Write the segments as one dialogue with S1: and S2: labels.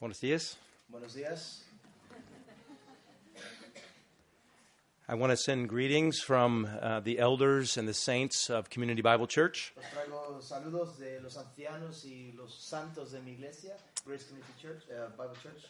S1: Buenos días.
S2: Buenos días.
S1: I want to send greetings from uh, the elders and the saints of Community Bible Church.
S2: Os traigo saludos de los ancianos y los santos de mi iglesia, Grace Community Church, eh, Bible Church.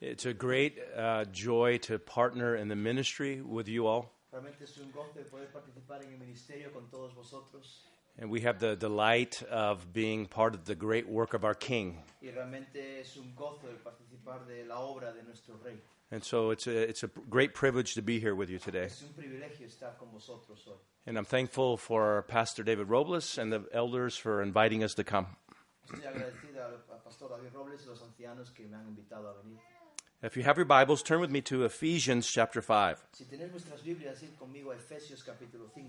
S1: It's a great uh, joy to partner in the ministry with you all.
S2: Realmente es un goce poder participar en el ministerio con todos vosotros
S1: And we have the delight of being part of the great work of our King.
S2: y realmente es un gozo el participar de la obra de nuestro Rey.
S1: And so it's a, it's a great privilege to be here with you today.
S2: Es un privilegio estar con vosotros hoy.
S1: And I'm thankful for Pastor David Robles and the elders for inviting us to come.
S2: Estoy agradecido al al pastor David Robles y los ancianos que me han invitado a venir.
S1: If you have your Bibles, turn with me to Ephesians chapter 5.
S2: Si tenéis vuestras Biblias, id conmigo a Efesios capítulo 5.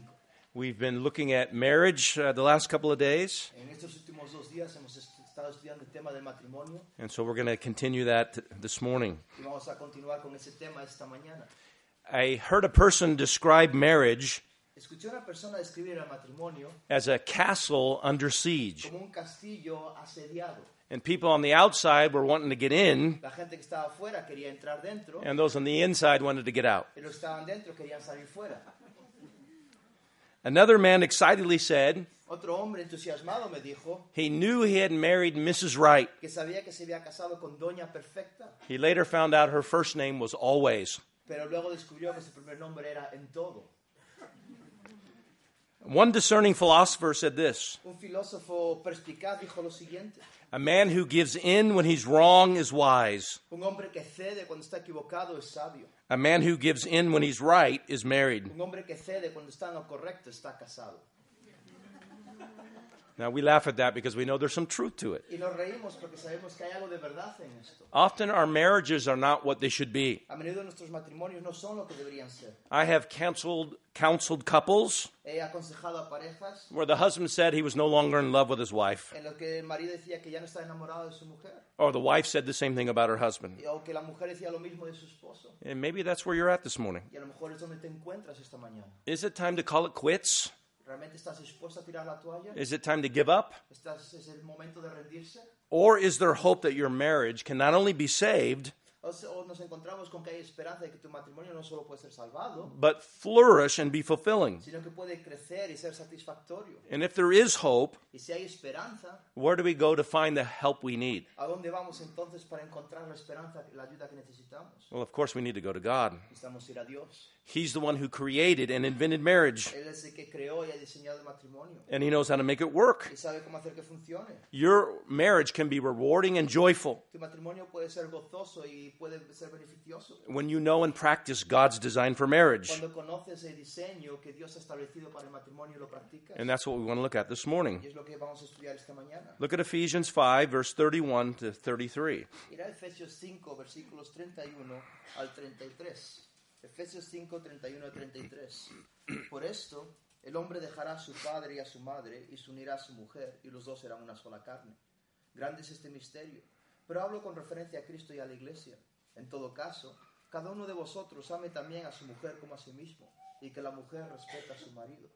S1: We've been looking at marriage uh, the last couple of days.
S2: En estos últimos dos días hemos est- estado estudiando el tema del matrimonio
S1: And so we're going to continue that th- this morning.
S2: y vamos a continuar con ese tema esta mañana.
S1: I heard a person describe marriage
S2: Escuché a una persona describir el matrimonio
S1: as a castle under siege.
S2: como un castillo asediado.
S1: And people on the outside were wanting to get in,
S2: La gente que estaba afuera quería entrar dentro
S1: and those on the inside wanted to get out.
S2: y los que estaban dentro querían salir fuera.
S1: Another man excitedly said
S2: Otro hombre entusiasmado me dijo
S1: he knew he had married Mrs. Wright.
S2: que sabía que se había casado con Doña Perfecta,
S1: He later found out her first name was Always.
S2: pero luego descubrió que su primer nombre era en todo.
S1: One discerning philosopher said this
S2: Un filósofo perspicaz dijo lo siguiente,
S1: A man who gives in when he's wrong is wise.
S2: un hombre que cede cuando está equivocado es sabio,
S1: A man who gives in when he's right is married.
S2: un hombre que cede cuando está en lo correcto está casado.
S1: Now, we laugh at that because we know there's some truth to it.
S2: Y nos reímos porque sabemos que hay algo de verdad en esto.
S1: Often our marriages are not what they should be.
S2: A menudo nuestros matrimonios no son lo que deberían ser.
S1: I have counseled, counseled couples
S2: He aconsejado a parejas
S1: where the husband said he was no longer in love with his wife,
S2: en lo que el marido decía que ya no está enamorado de su mujer,
S1: or the wife said the same thing about her husband.
S2: o que la mujer decía lo mismo de su esposo.
S1: And maybe that's where you're at this morning.
S2: Y a lo mejor es donde te encuentras esta mañana.
S1: Is it time to call it quits?
S2: ¿Realmente estás dispuesto a tirar la toalla?
S1: Is it time to give up?
S2: ¿Estás, ¿Es el momento de rendirse?
S1: Or is there hope that your marriage can not only be saved,
S2: ¿O, se- o nos encontramos con que hay esperanza de que tu matrimonio no solo puede ser salvado,
S1: but flourish and be fulfilling?
S2: sino que puede crecer y ser satisfactorio?
S1: And if there is hope,
S2: Y si hay esperanza,
S1: where do we go to find the help we need?
S2: ¿a dónde vamos entonces para encontrar la esperanza, la ayuda que necesitamos?
S1: Well, of course, we need to go to God.
S2: Necesitamos ir a Dios.
S1: He's the one who created and invented marriage,
S2: Él es el que creó y ha diseñado el matrimonio.
S1: and He knows how to make it work.
S2: Y sabe cómo hacer que funcione.
S1: Your marriage can be rewarding and joyful
S2: Tu matrimonio puede ser gozoso y puede ser beneficioso
S1: when you know and practice God's design for marriage.
S2: cuando conoces el diseño que Dios ha establecido para el matrimonio y lo practicas.
S1: And that's what we want to look at this morning.
S2: Y es lo que vamos a estudiar esta mañana.
S1: Look at Ephesians 5, verse 31 to 33.
S2: Irá a Efesios 5, versículos 31 al 33. Efesios 5, 31 al 33. Por esto, el hombre dejará a su padre y a su madre y se unirá a su mujer y los dos serán una sola carne. Grande es este misterio, pero hablo con referencia a Cristo y a la iglesia. En todo caso, cada uno de vosotros ame también a su mujer como a sí mismo y que la mujer respete a su marido.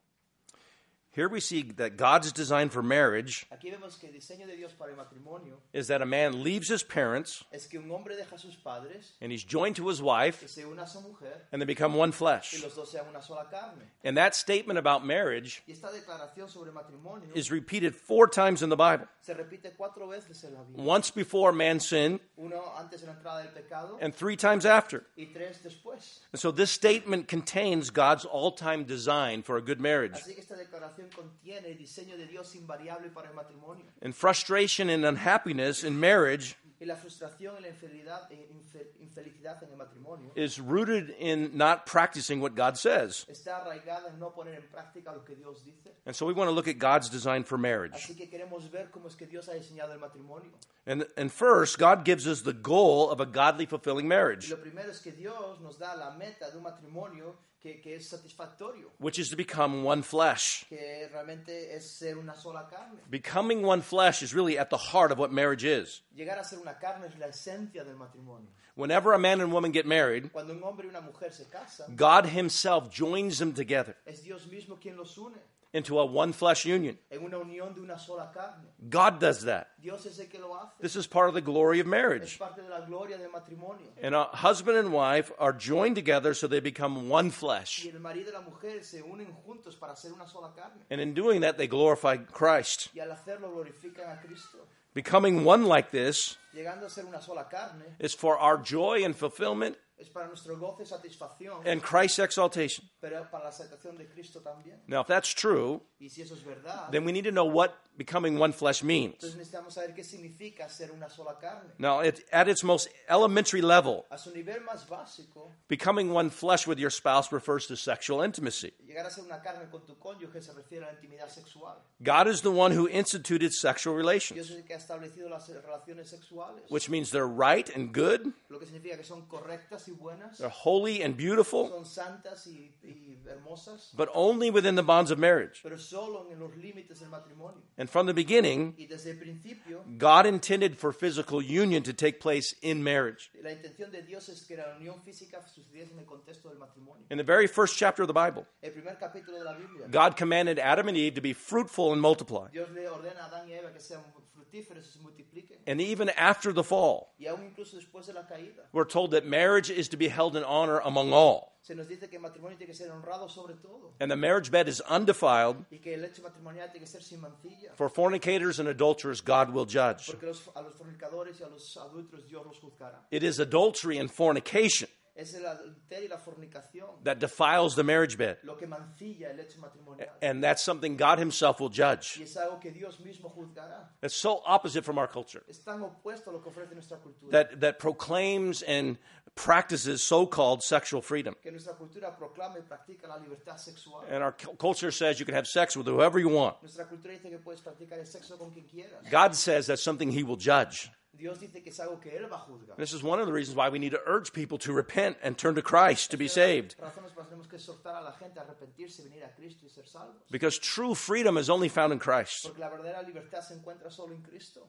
S1: Here we see that God's design for marriage
S2: Aquí vemos que el diseño de Dios para el matrimonio
S1: is that a man leaves his parents
S2: es que un hombre deja a sus padres,
S1: and he's joined to his
S2: que
S1: wife
S2: se una a su mujer
S1: and they become one
S2: y
S1: flesh.
S2: los dos sean una sola carne.
S1: And that statement about marriage
S2: Y esta declaración sobre matrimonio
S1: is repeated four times in the Bible.
S2: se repite cuatro veces en la Biblia.
S1: Once before man sinned
S2: Uno antes de la entrada del pecado
S1: and three times after.
S2: y tres después.
S1: And so this statement contains God's all-time design for a good marriage.
S2: Así que esta declaración contiene el diseño de Dios invariable para el matrimonio.
S1: And frustration and unhappiness in marriage
S2: y la frustración y la infidelidad- e infe- infelicidad en el matrimonio
S1: is rooted in not practicing what God says.
S2: está arraigada en no poner en práctica lo que Dios dice.
S1: And so we want to look at God's design for marriage.
S2: Así que queremos ver cómo es que Dios ha diseñado el matrimonio.
S1: And, and first, God gives us the goal of a godly, fulfilling
S2: Y
S1: marriage,
S2: lo primero es que Dios nos da la meta de un matrimonio que, que es satisfactorio,
S1: which is to become one flesh.
S2: que realmente es ser una sola carne.
S1: Becoming one flesh is really at the heart of what marriage is.
S2: Llegar a ser una carne es la esencia del matrimonio.
S1: Whenever a man and woman get married,
S2: Cuando un hombre y una mujer se casan,
S1: God Himself joins them together
S2: es Dios mismo quien los une
S1: into a one flesh union.
S2: en una unión de una sola carne.
S1: God does that.
S2: Dios es el que lo hace.
S1: This is part of the glory of
S2: Es
S1: marriage.
S2: parte de la gloria del matrimonio.
S1: And a husband and wife are joined together so they become one
S2: Y
S1: flesh.
S2: el marido y la mujer se unen juntos para ser una sola carne.
S1: And in doing that, they glorify Christ.
S2: Y al hacerlo glorifican a Cristo.
S1: Becoming one like this
S2: Llegando a ser una sola carne
S1: is for our joy and fulfillment
S2: es para nuestro gozo y satisfacción,
S1: and Christ's exaltation.
S2: pero para la aceptación de Cristo también.
S1: Now, if that's true,
S2: Y si eso es verdad,
S1: then we need to know what becoming one flesh means.
S2: entonces necesitamos saber qué significa ser una sola carne.
S1: Now, it, at its most elementary level,
S2: A su nivel más básico,
S1: becoming one flesh with your spouse refers to sexual intimacy.
S2: llegar a ser una carne con tu cónyuge se refiere a la intimidad sexual.
S1: God is the one who instituted sexual
S2: Dios
S1: relations,
S2: es el que ha establecido las relaciones sexuales,
S1: which means they're right and good,
S2: lo que significa que son correctas y buenas,
S1: they're holy and beautiful,
S2: son santas y, y hermosas,
S1: but only within the bonds of marriage.
S2: pero solo en los límites del matrimonio.
S1: And from the beginning,
S2: Y desde el principio,
S1: God intended for physical union to take place in marriage.
S2: la intención de Dios es que la unión física sucediese en el contexto del matrimonio.
S1: In the very first chapter of the Bible,
S2: El primer capítulo de la Biblia.
S1: God commanded Adam and Eve to be fruitful and multiply.
S2: Dios le ordena a Adán y Eva que sean fructíferos y se multipliquen.
S1: And even after the fall,
S2: Y aún incluso después de la caída,
S1: we're told that marriage is to be held in honor among all.
S2: se nos dice que el matrimonio tiene que ser honrado sobre todo.
S1: And the marriage bed is undefiled.
S2: Y que el hecho matrimonial tiene que ser sin mancilla.
S1: For fornicators and adulterers, God will judge.
S2: Porque los- a los fornicadores y a los adultos Dios los juzgará.
S1: It is adultery and fornication
S2: Es el adulterio y la fornicación
S1: that defiles the marriage bed.
S2: lo que mancilla el hecho matrimonial.
S1: And that's something God Himself will judge.
S2: Y es algo que Dios mismo juzgará.
S1: That's so opposite from our culture
S2: Es tan opuesto a lo que ofrece nuestra cultura.
S1: that, that proclaims and practices so called sexual freedom.
S2: Que nuestra cultura proclama y practica la libertad sexual.
S1: And our cu- culture says you can have sex with whoever you want.
S2: Nuestra cultura dice que puedes practicar el sexo con quien quieras.
S1: God says that's something He will judge.
S2: Dios dice que es algo que Él va a juzgar.
S1: This is one of the reasons why we need to urge people to repent and turn to Christ to be saved.
S2: razones para tenemos que exhortar a la gente a arrepentirse, venir a Cristo y ser salvos.
S1: Because true freedom is only found in Christ.
S2: Porque la verdadera libertad se encuentra solo en Cristo.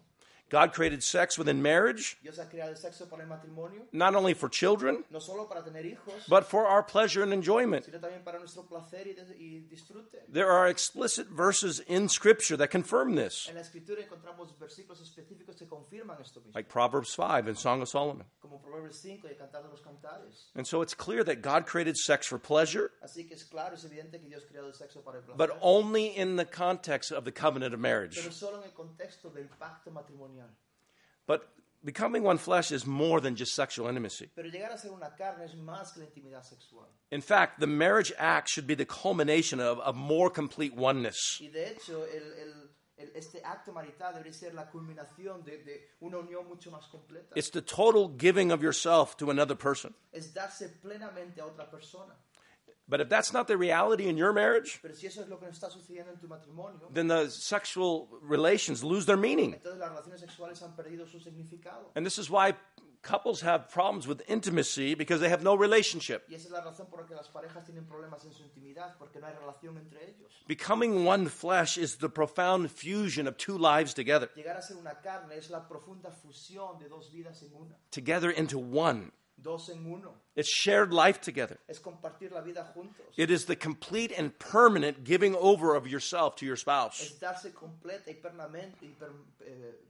S1: God created sex within marriage,
S2: Dios ha creado el sexo para el matrimonio,
S1: not only for children,
S2: no solo para tener hijos,
S1: but for our pleasure and enjoyment.
S2: sino también para nuestro placer y, des- y disfrute.
S1: There are explicit verses in Scripture that confirm this,
S2: En la Escritura encontramos versículos específicos que confirman esto mismo,
S1: like Proverbs 5 and Song of Solomon.
S2: como Proverbios 5 y el Cantar de los Cantares.
S1: And so it's clear that God created sex for pleasure,
S2: Así que es claro, es evidente que Dios ha creado el sexo para el placer,
S1: but only in the context of the covenant of marriage.
S2: pero solo en el contexto del pacto matrimonial.
S1: But becoming one flesh is more than just sexual intimacy.
S2: Pero llegar a ser una carne es más que la intimidad sexual.
S1: In fact, the marriage act should be the culmination of a more complete oneness.
S2: Y de hecho, el, el- el- este acto marital debería ser la culminación de, de una unión mucho más completa. Es,
S1: It's the total giving of yourself to another person.
S2: darse plenamente a otra persona.
S1: But if that's not the reality in your marriage,
S2: Pero si eso es lo que nos está sucediendo en tu matrimonio,
S1: then the sexual relations lose their meaning.
S2: entonces las relaciones sexuales han perdido su significado.
S1: And this is why couples have problems with intimacy because they have no relationship.
S2: Y esa es la razón por la que las parejas tienen problemas en su intimidad, porque no hay relación entre ellos.
S1: Becoming one flesh is the profound fusion of two lives together,
S2: Llegar a ser una carne es la profunda fusión de dos vidas en una,
S1: together into one.
S2: dos en uno.
S1: It's shared life together.
S2: Es compartir la vida juntos.
S1: It is the complete and permanent giving over of yourself to your spouse.
S2: Es darse completa y permanente y per- eh,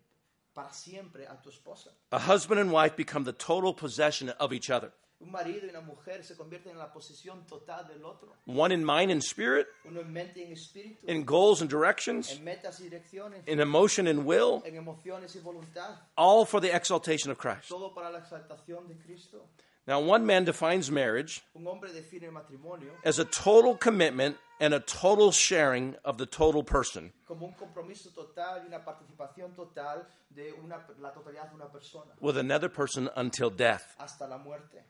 S2: para siempre a tu esposa.
S1: A husband and wife become the total possession of each other,
S2: Un marido y una mujer se convierten en la posesión total del otro.
S1: one in mind and spirit,
S2: Uno en mente y en espíritu,
S1: in goals and directions,
S2: en metas y direcciones,
S1: in emotion and will,
S2: en emociones y voluntad.
S1: all for the exaltation of Christ.
S2: Todo para la exaltación de Cristo.
S1: Now, one man defines marriage
S2: Un hombre define el matrimonio
S1: as a total commitment and a total sharing of the total person.
S2: como un compromiso total y una participación total de una- la totalidad de una persona
S1: with another person until death.
S2: hasta la muerte.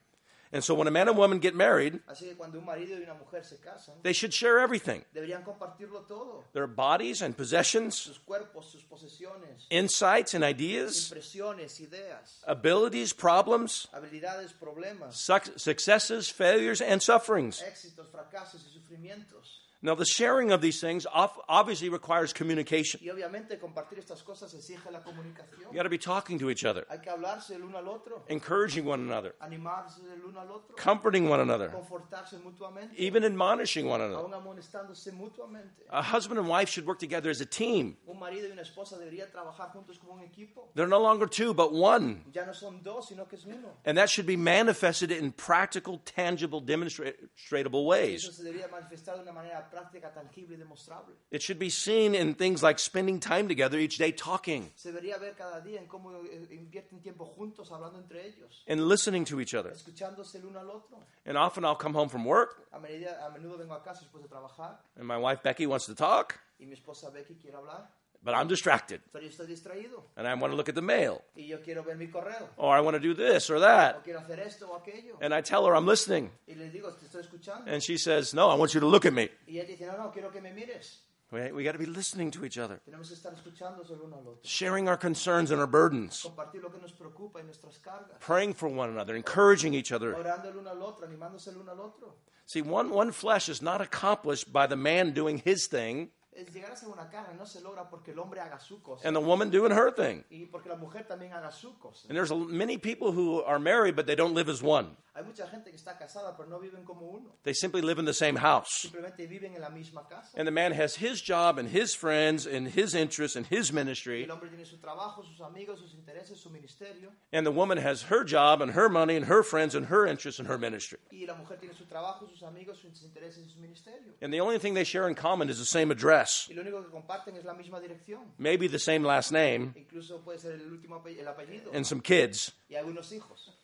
S1: And so when a man and woman get married,
S2: Así que cuando un marido y una mujer se casan,
S1: they should share everything
S2: deberían compartirlo todo.
S1: their bodies and possessions,
S2: Sus cuerpos, sus posesiones,
S1: insights and ideas,
S2: impresiones, ideas,
S1: abilities, problems,
S2: habilidades, problemas,
S1: suc- successes, failures, and sufferings.
S2: éxitos, fracasos y sufrimientos.
S1: Now, the sharing of these things off- obviously requires communication.
S2: Y obviamente compartir estas cosas exige la comunicación.
S1: You got to be talking to each other,
S2: Hay que hablarse el uno al otro,
S1: encouraging one another,
S2: animarse el uno al otro,
S1: comforting one another,
S2: confortarse mutuamente,
S1: even admonishing one another.
S2: aún amonestándose mutuamente.
S1: A husband and wife should work together as a team.
S2: Un marido y una esposa deberían trabajar juntos como un equipo.
S1: They're no longer two, but one.
S2: Ya no son dos, sino que es uno.
S1: And that should be manifested in practical, tangible, demonstratable
S2: Eso
S1: ways.
S2: se debería manifestar de una manera práctica, tangible y demostrable.
S1: It should be seen in things like spending time together each day talking
S2: Se debería ver cada día en cómo eh, invierten tiempo juntos, hablando entre ellos,
S1: and listening to each other.
S2: escuchándose el uno al otro.
S1: And often I'll come home from work
S2: A medida- a menudo vengo a casa después de trabajar
S1: and my wife Becky wants to talk,
S2: y mi esposa Becky quiere hablar,
S1: but I'm distracted
S2: pero yo estoy distraído
S1: and I want to look at the mail
S2: y yo quiero ver mi correo
S1: or I want to do this or
S2: o
S1: that.
S2: quiero hacer esto o aquello.
S1: And I tell her I'm listening
S2: Y les digo, te estoy escuchando.
S1: and she says, No, I want you to look at me.
S2: Y ella dice, no, no, quiero que me mires.
S1: We, we got to be listening to each other,
S2: Tenemos que estar escuchando el uno al otro,
S1: sharing our concerns and our burdens,
S2: compartir lo que nos preocupa y nuestras cargas.
S1: praying for one another, encouraging each other.
S2: orando el uno al otro, animándose el uno al otro.
S1: See, one, one flesh is not accomplished by the man doing his thing
S2: Es llegar a ser una carga no se logra porque el hombre haga su cosa
S1: and the woman doing her thing.
S2: y porque la mujer también haga su cosa.
S1: And there's a- many people who are married, but they don't live as one.
S2: Hay mucha gente que está casada pero no viven como uno,
S1: They simply live in the same house.
S2: simplemente viven en la misma casa.
S1: And the man has his job and his friends and his interests and his ministry.
S2: El hombre tiene su trabajo, sus amigos, sus intereses, su ministerio
S1: And the woman has her job and her money and her friends and her interests and her ministry.
S2: y la mujer tiene su trabajo, sus amigos, sus intereses y su ministerio.
S1: And the only thing they share in common is the same address,
S2: Y lo único que comparten es la misma dirección.
S1: maybe the same last name,
S2: Incluso puede ser el último ape- el apellido
S1: and some kids.
S2: y algunos hijos.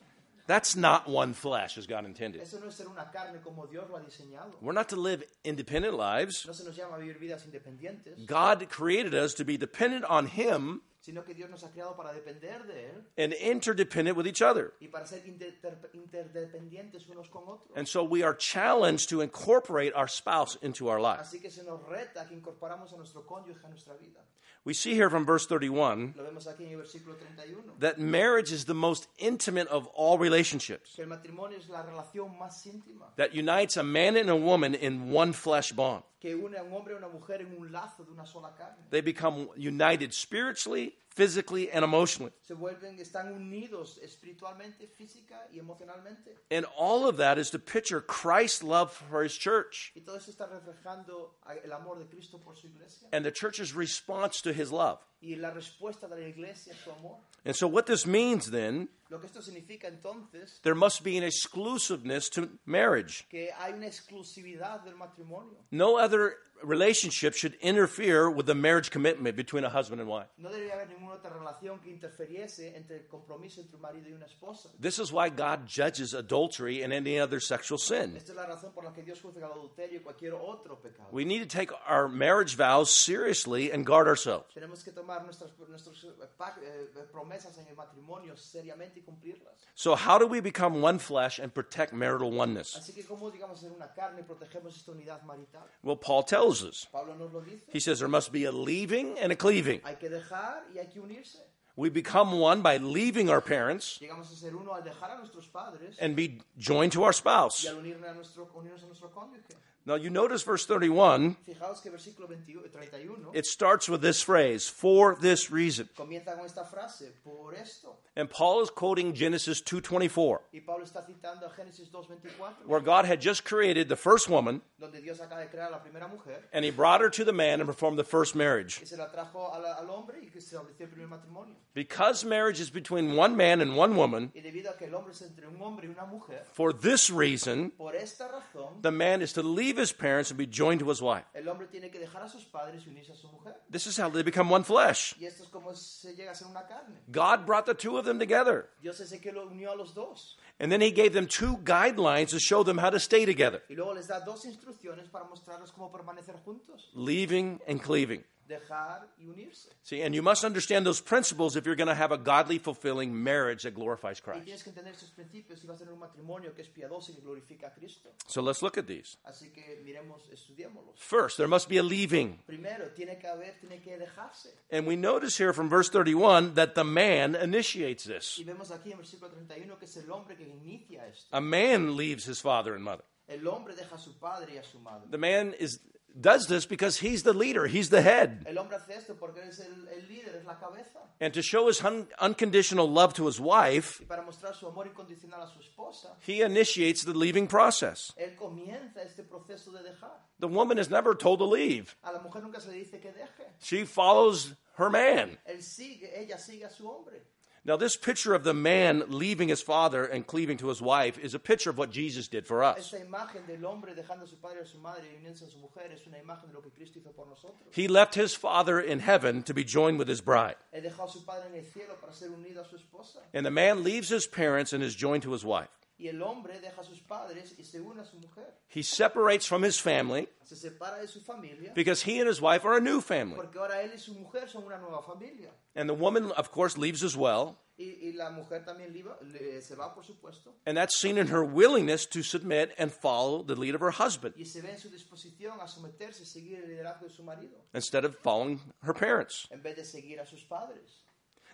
S1: That's not one flesh as God intended.
S2: Eso no es ser una carne como Dios lo ha diseñado.
S1: We're not to live independent lives.
S2: No se nos llama a vivir vidas independientes.
S1: God created us to be dependent on Him
S2: sino que Dios nos ha creado para depender de Él
S1: and interdependent with each other.
S2: y para ser inter- interdependientes unos con otros.
S1: And so we are challenged to incorporate our spouse into our life.
S2: Así que se nos reta que incorporamos a nuestro cónyuge a nuestra vida.
S1: We see here from verse 31
S2: Lo vemos aquí en el versículo 31,
S1: that marriage is the most intimate of all relationships
S2: que el matrimonio es la relación más íntima,
S1: that unites a man and a woman in one flesh bond.
S2: que une a un hombre y a una mujer en un lazo de una sola carne.
S1: They become united spiritually, physically, and emotionally.
S2: Se vuelven, están unidos espiritualmente, física y emocionalmente.
S1: And all of that is to picture Christ's love for his church
S2: Y todo eso está reflejando a- el amor de Cristo por su iglesia
S1: and the church's response to his love.
S2: y la respuesta de la iglesia a su amor.
S1: And so, what this means then
S2: Lo que esto significa entonces
S1: there must be an exclusiveness to marriage.
S2: que hay una exclusividad del matrimonio.
S1: No other relationship should interfere with the marriage commitment between a husband and wife.
S2: No debería haber ninguna otra relación que interferiese entre el compromiso entre un marido y una esposa.
S1: This is why God judges adultery and any other sexual sin.
S2: Esta es la razón por la que Dios juzga el adulterio y cualquier otro pecado.
S1: We need to take our marriage vows seriously and guard ourselves.
S2: Tenemos que tomar nuestras, nuestras eh, pa- eh, promesas en el matrimonio seriamente y cumplirlas.
S1: So, how do we become one flesh and protect marital oneness?
S2: Así que, ¿cómo digamos ser una carne y protegemos esta unidad marital?
S1: Well, Paul tells us.
S2: Pablo nos lo dice.
S1: He says there must be a leaving and a cleaving.
S2: Hay que dejar y hay que unirse.
S1: We become one by leaving our parents
S2: Llegamos a ser uno al dejar a nuestros padres
S1: and be joined to our
S2: y
S1: spouse.
S2: al unirnos a nuestro, unirnos a nuestro cónyuge.
S1: Now, you notice verse 31
S2: Fijaos que versículo 21 31
S1: It starts with this phrase, for this reason.
S2: comienza con esta frase, por esto.
S1: And Paul is quoting Genesis 2:24,
S2: Y Pablo está citando a Génesis 2.24,
S1: where God had just created the first woman
S2: donde Dios acaba de crear a la primera mujer
S1: and he brought her to the man and performed the first marriage.
S2: y se la trajo al, al hombre y que se estableció el primer matrimonio.
S1: Because marriage is between one man and one woman,
S2: Y debido a que el hombre es entre un hombre y una mujer,
S1: for this reason
S2: por esta razón
S1: the man is to leave leave his parents and be joined to his wife.
S2: El hombre tiene que dejar a sus padres y unirse a su mujer.
S1: This is how they become one flesh.
S2: Y esto es como se llega a ser una carne.
S1: God brought the two of them together.
S2: Dios es el que lo unió a los dos.
S1: And then he gave them two guidelines to show them how to stay together
S2: Y luego les da dos instrucciones para mostrarles cómo permanecer juntos.
S1: leaving and cleaving.
S2: Dejar y unirse.
S1: See, and you must understand those principles if you're going to have a godly, fulfilling marriage that glorifies
S2: Y
S1: Christ.
S2: tienes que entender estos principios si vas a tener un matrimonio que es piadoso y que glorifica a Cristo.
S1: So let's look at these.
S2: Así que miremos, estudiémoslos.
S1: First, there must be a leaving.
S2: Primero, tiene que haber, tiene que dejarse.
S1: And we notice here from verse 31 that the man initiates this.
S2: Y vemos aquí en versículo 31 que es el hombre que inicia esto.
S1: A man leaves his father and mother.
S2: El hombre deja a su padre y a su madre.
S1: The man is does this because he's the leader, he's the head.
S2: El hombre hace esto porque él es el, el líder, es la cabeza.
S1: And to show his un- unconditional love to his wife,
S2: Y para mostrar su amor incondicional a su esposa,
S1: he initiates the leaving process.
S2: él comienza este proceso de dejar.
S1: The woman is never told to leave.
S2: A la mujer nunca se le dice que deje.
S1: She follows her man.
S2: Él sigue, ella sigue a su hombre.
S1: Now, this picture of the man leaving his father and cleaving to his wife is a picture of what Jesus did for us.
S2: Esta imagen del hombre dejando a su padre y a su madre y uniéndose a su mujer es una imagen de lo que Cristo hizo por nosotros.
S1: He left his father in heaven to be joined with his bride.
S2: Él dejó a su padre en el cielo para ser unido a su esposa.
S1: And the man leaves his parents and is joined to his wife.
S2: Y el hombre deja a sus padres y se une a su mujer.
S1: He separates from his family
S2: Se separa de su familia
S1: because he and his wife are a new family.
S2: porque ahora él y su mujer son una nueva familia.
S1: And the woman, of course, leaves as well.
S2: Y, y la mujer también liba- le- se va, por supuesto.
S1: And that's seen in her willingness to submit and follow the lead of her husband
S2: Y se ve en su disposición a someterse y seguir el liderazgo de su marido
S1: instead of following her parents.
S2: en vez de seguir a sus padres.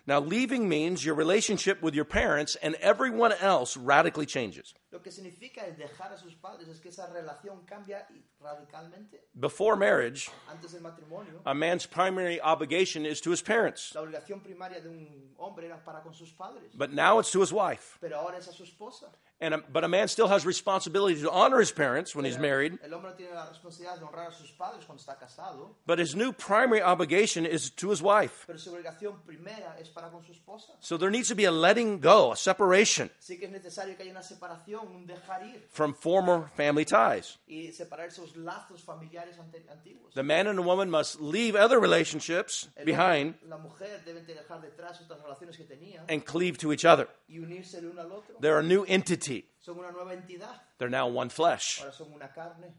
S1: Now, leaving means your relationship with your parents and everyone else radically changes.
S2: Lo que significa el dejar a sus padres es que esa relación cambia y- radicalmente.
S1: Before marriage,
S2: Antes del matrimonio,
S1: a man's primary obligation is to his parents,
S2: la obligación primaria de un hombre era para con sus padres,
S1: but now it's to his wife.
S2: pero ahora es a su esposa.
S1: And a, but a man still has responsibility to honor his parents when he's married,
S2: El hombre tiene la responsabilidad de honrar a sus padres cuando está casado,
S1: but his new primary obligation is to his wife.
S2: pero su obligación primera es para con su esposa.
S1: So there needs to be a letting go, a separation
S2: Sí que es necesario que haya una separación, un dejar ir
S1: from former family ties.
S2: y separar esos lazos familiares ante- antiguos.
S1: The man and the woman must leave other relationships
S2: El hombre-
S1: behind
S2: La mujer debe de dejar detrás otras relaciones que tenía
S1: and cleave to each other.
S2: y unirse el uno al otro.
S1: They're a new entity.
S2: Son una nueva entidad,
S1: They're now one flesh.
S2: ahora son una carne.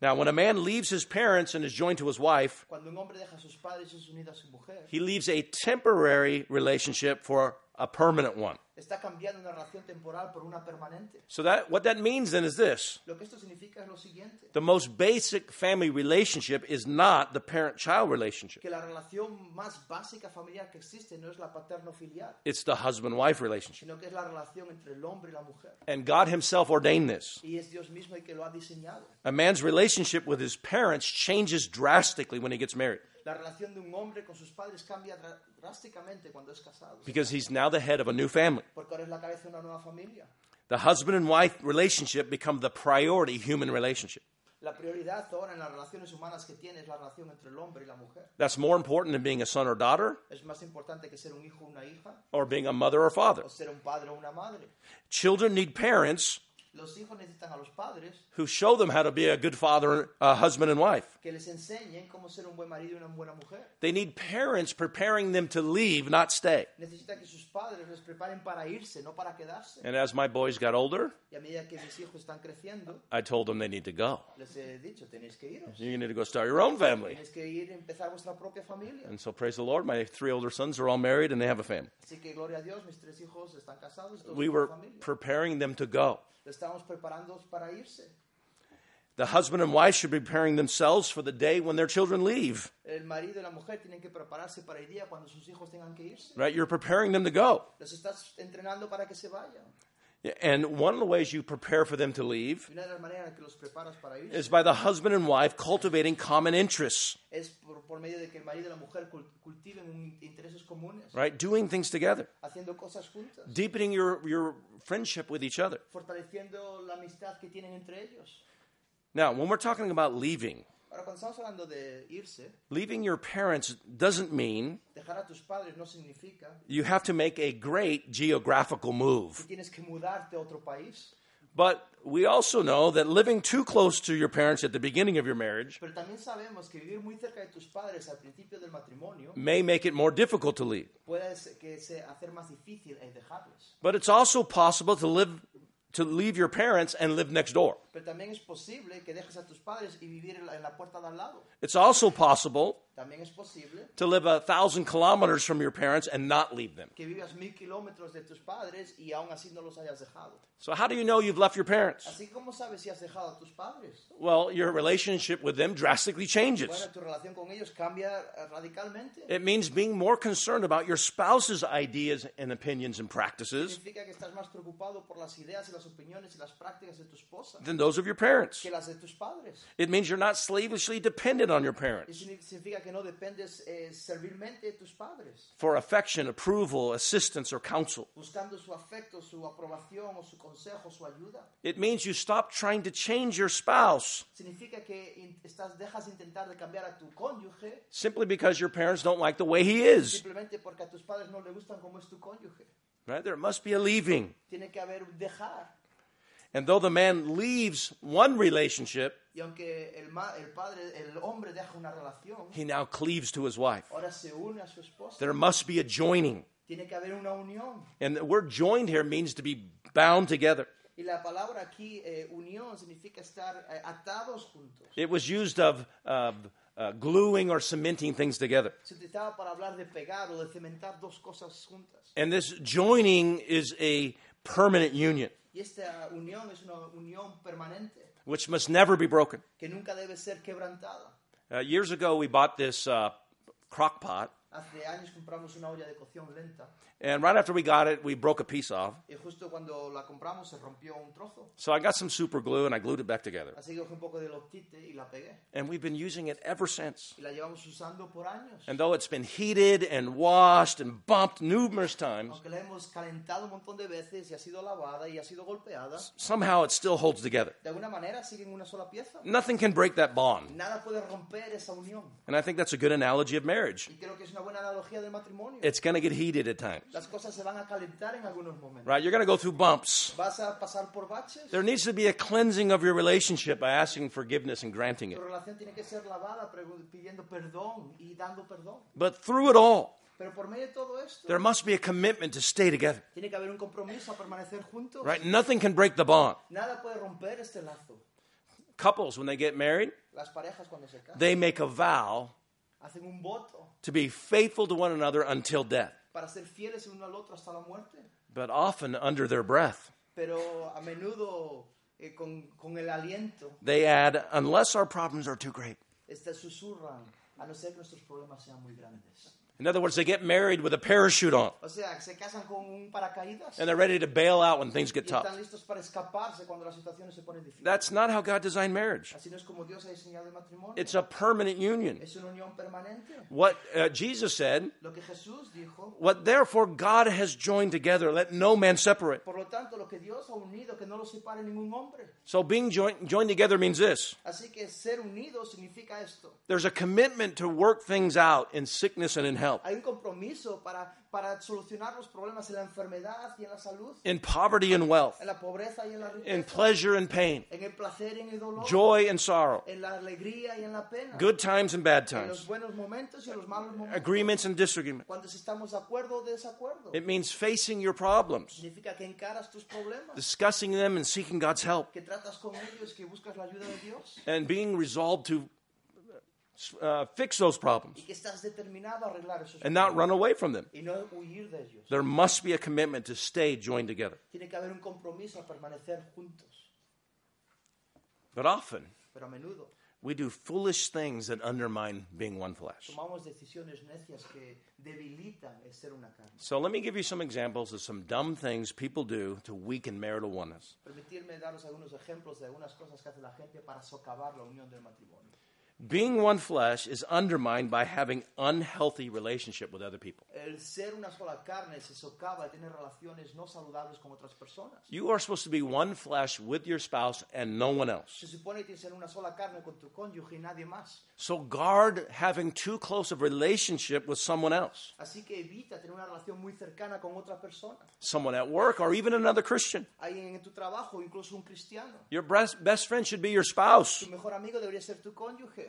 S1: Now, when a man leaves his parents and is joined to his wife,
S2: Cuando un hombre deja a sus padres y es unido a su mujer,
S1: he leaves a temporary relationship for a permanent one.
S2: está cambiando una relación temporal por una permanente.
S1: So that what that means then is this.
S2: Lo que esto significa es lo siguiente,
S1: The most basic family relationship is not the parent-child relationship.
S2: que la relación más básica familiar que existe no es la paterno-filial,
S1: It's the husband-wife relationship.
S2: sino que es la relación entre el hombre y la mujer.
S1: And God himself ordained this.
S2: Y es Dios mismo el que lo ha diseñado.
S1: A man's relationship with his parents changes drastically when he gets married
S2: La relación de un hombre con sus padres cambia dra- drásticamente cuando es casado,
S1: because he's now the head of a new family.
S2: porque ahora es la cabeza de una nueva familia.
S1: The husband and wife relationship become the priority human relationship.
S2: La prioridad ahora en las relaciones humanas que tiene es la relación entre el hombre y la mujer.
S1: That's more important than being a son or daughter
S2: Es más importante que ser un hijo o una hija,
S1: or being a mother or father.
S2: o ser un padre o una madre.
S1: Children need parents
S2: Los hijos necesitan a los padres
S1: who show them how to be a good father, a husband and wife.
S2: que les enseñen cómo ser un buen marido y una buena mujer.
S1: They need parents preparing them to leave, not stay.
S2: Necesitan que sus padres les preparen para irse, no para quedarse.
S1: And as my boys got older,
S2: Y a medida que mis hijos están creciendo,
S1: I told them they need to go.
S2: les he dicho, tenéis que iros.
S1: You need to go start your own family.
S2: Tenéis que ir y empezar vuestra propia familia.
S1: And so, praise the Lord, my three older sons are all married and they have a family.
S2: Así que, gloria a Dios, mis tres hijos están casados, todos
S1: We
S2: son
S1: were
S2: familia.
S1: preparing them to go.
S2: Los estamos preparando para irse.
S1: The husband and wife should be preparing themselves for the day when their children leave,
S2: El marido y la mujer tienen que prepararse para el día cuando sus hijos tengan que irse.
S1: right? You're preparing them to go.
S2: Los estás entrenando para que se vayan.
S1: And one of the ways you prepare for them to leave
S2: Y una de las maneras en que los preparas para irse
S1: is by the husband and wife cultivating common interests,
S2: es por, por medio de que el marido y la mujer cul- cultiven un- intereses comunes,
S1: right? Doing things together,
S2: haciendo cosas juntas,
S1: deepening your, your friendship with each other.
S2: fortaleciendo la amistad que tienen entre ellos.
S1: Now, when we're talking about leaving,
S2: Ahora, cuando estamos hablando de irse,
S1: leaving your parents doesn't mean
S2: dejar a tus padres no significa
S1: you have to make a great geographical
S2: que
S1: move.
S2: tienes que mudarte a otro país.
S1: But we also know that living too close to your parents at the beginning of your marriage
S2: Pero también sabemos que vivir muy cerca de tus padres al principio del matrimonio
S1: may make it more difficult to leave.
S2: puede ser que se hacer más difícil el dejarlos.
S1: But it's also possible to live to leave your parents and live next door.
S2: Pero también es posible que dejes a tus padres y vivir en la, en la puerta de al lado.
S1: It's also possible
S2: También es posible
S1: to live a thousand kilometers from your parents and not leave them.
S2: que vivas mil kilómetros de tus padres y aún así no los hayas dejado.
S1: So how do you know you've left your parents?
S2: Así como sabes si has dejado a tus padres.
S1: Well, your relationship with them drastically changes.
S2: Bueno, tu relación con ellos cambia eh, radicalmente.
S1: It means being more concerned about your spouse's ideas and opinions and practices
S2: Significa que estás más preocupado por las ideas y las opiniones y las prácticas de tu esposa
S1: than those of your parents.
S2: que las de tus padres.
S1: It means you're not slavishly dependent on your
S2: Y
S1: parents
S2: signi- significa que no dependes eh, servilmente de tus padres,
S1: for affection, approval, assistance, or counsel.
S2: buscando su afecto, su aprobación o su consejo, su ayuda.
S1: It means you stop trying to change your spouse
S2: Significa que in- estás, dejas de intentar de cambiar a tu cónyuge
S1: simply because your parents don't like the way he is.
S2: simplemente porque a tus padres no le gustan como es tu cónyuge.
S1: Right? There must be a leaving.
S2: Tiene que haber un dejar.
S1: And though the man leaves one relationship,
S2: Y aunque el, ma- el padre, el hombre deja una relación,
S1: he now cleaves to his wife.
S2: ahora se une a su esposa.
S1: There must be a joining.
S2: Tiene que haber una unión.
S1: And the word joined here means to be bound together.
S2: Y la palabra aquí, eh, unión, significa estar eh, atados juntos.
S1: It was used of, of uh, gluing or cementing things together.
S2: Se utilizaba para hablar de pegar o de cementar dos cosas juntas.
S1: And this joining is a permanent union,
S2: Y esta unión es una unión permanente
S1: which must never be broken.
S2: que nunca debe ser quebrantada.
S1: Uh, years ago, we bought this uh, crock pot.
S2: Hace años compramos una olla de cocción lenta
S1: And right after we got it, we broke a piece off.
S2: y justo cuando la compramos se rompió un trozo.
S1: So I got some super glue and I glued it back together.
S2: Así que cogí un poco de loctite y la pegué.
S1: And we've been using it ever since.
S2: Y la llevamos usando por años.
S1: And though it's been heated and washed and bumped numerous times,
S2: Aunque la hemos calentado un montón de veces y ha sido lavada y ha sido golpeada,
S1: somehow it still holds together.
S2: de alguna manera sigue en una sola pieza.
S1: Nothing can break that bond.
S2: Nada puede romper esa unión.
S1: And I think that's a good analogy of marriage.
S2: Y creo que es una buena analogía del matrimonio.
S1: It's going to get heated at times,
S2: Las cosas se van a calentar en algunos momentos.
S1: right? You're going to go through bumps.
S2: Vas a pasar por baches.
S1: There needs to be a cleansing of your relationship by asking forgiveness and granting
S2: Tu
S1: it.
S2: relación tiene que ser lavada pregu- pidiendo perdón y dando perdón.
S1: But through it all,
S2: Pero por medio de todo esto,
S1: there must be a commitment to stay together,
S2: tiene que haber un compromiso a permanecer juntos.
S1: right? Nothing can break the bond.
S2: Nada puede romper este lazo.
S1: Couples, when they get married,
S2: Las parejas cuando se casan
S1: they make a vow
S2: hacen un voto
S1: to be faithful to one another until death,
S2: para ser fieles el uno al otro hasta la muerte.
S1: but often under their breath.
S2: Pero a menudo eh, con, con el aliento
S1: They add, unless our problems are too great.
S2: este, susurran a no ser que nuestros problemas sean muy grandes.
S1: In other words, they get married with a parachute on
S2: O sea, se casan con un paracaídas
S1: and they're ready to bail out when things get
S2: y están
S1: tough.
S2: listos para escaparse cuando las situaciones se ponen difíciles.
S1: That's not how God designed marriage.
S2: Así no es como Dios ha diseñado el matrimonio.
S1: It's a permanent union.
S2: Es una unión permanente.
S1: What uh, Jesus said,
S2: Lo que Jesús dijo,
S1: what therefore God has joined together, let no man separate.
S2: por lo tanto, lo que Dios ha unido, que no lo separe ningún hombre.
S1: So being joined, joined together means this
S2: Así que ser unido significa esto.
S1: there's a commitment to work things out in sickness and in health,
S2: Hay un compromiso para, para solucionar los problemas en la enfermedad y en la salud,
S1: in poverty and wealth,
S2: en la pobreza y en la
S1: in
S2: riqueza,
S1: pleasure and pain,
S2: en el placer y en el dolor,
S1: joy and sorrow,
S2: en la alegría y en la pena,
S1: good times and bad
S2: en los
S1: times,
S2: buenos momentos y en los malos momentos.
S1: agreements and disagreements.
S2: Cuando si estamos de acuerdo o de desacuerdo,
S1: It means facing your problems,
S2: significa que encaras tus problemas,
S1: discussing them, and seeking God's help.
S2: que tratas con ellos, que buscas la ayuda de Dios.
S1: and being resolved to uh, fix those problems
S2: y que estás determinado a arreglar esos
S1: and not
S2: problemas
S1: run away from them.
S2: y no huir de ellos.
S1: There must be a commitment to stay joined together.
S2: Tiene que haber un compromiso a permanecer juntos,
S1: But often,
S2: pero a menudo
S1: we do foolish things that undermine being one flesh.
S2: tomamos decisiones necias que debilitan el ser una carne.
S1: So, let me give you some examples of some dumb things people do to weaken marital oneness.
S2: Permitirme daros algunos ejemplos de algunas cosas que hace la gente para socavar la unión del matrimonio.
S1: being one flesh is undermined by having unhealthy relationship with other people.
S2: El ser una sola carne se socava al tener relaciones no saludables con otras personas.
S1: You are supposed to be one flesh with your spouse and no one else.
S2: Se supone que tienes que ser una sola carne con tu cónyuge y nadie más.
S1: So guard having too close of relationship with someone else,
S2: Así que evita tener una relación muy cercana con otra persona.
S1: someone at work or even another Christian.
S2: Alguien en tu trabajo, incluso un cristiano.
S1: Your best best friend should be your spouse.
S2: Tu mejor amigo debería ser tu cónyuge.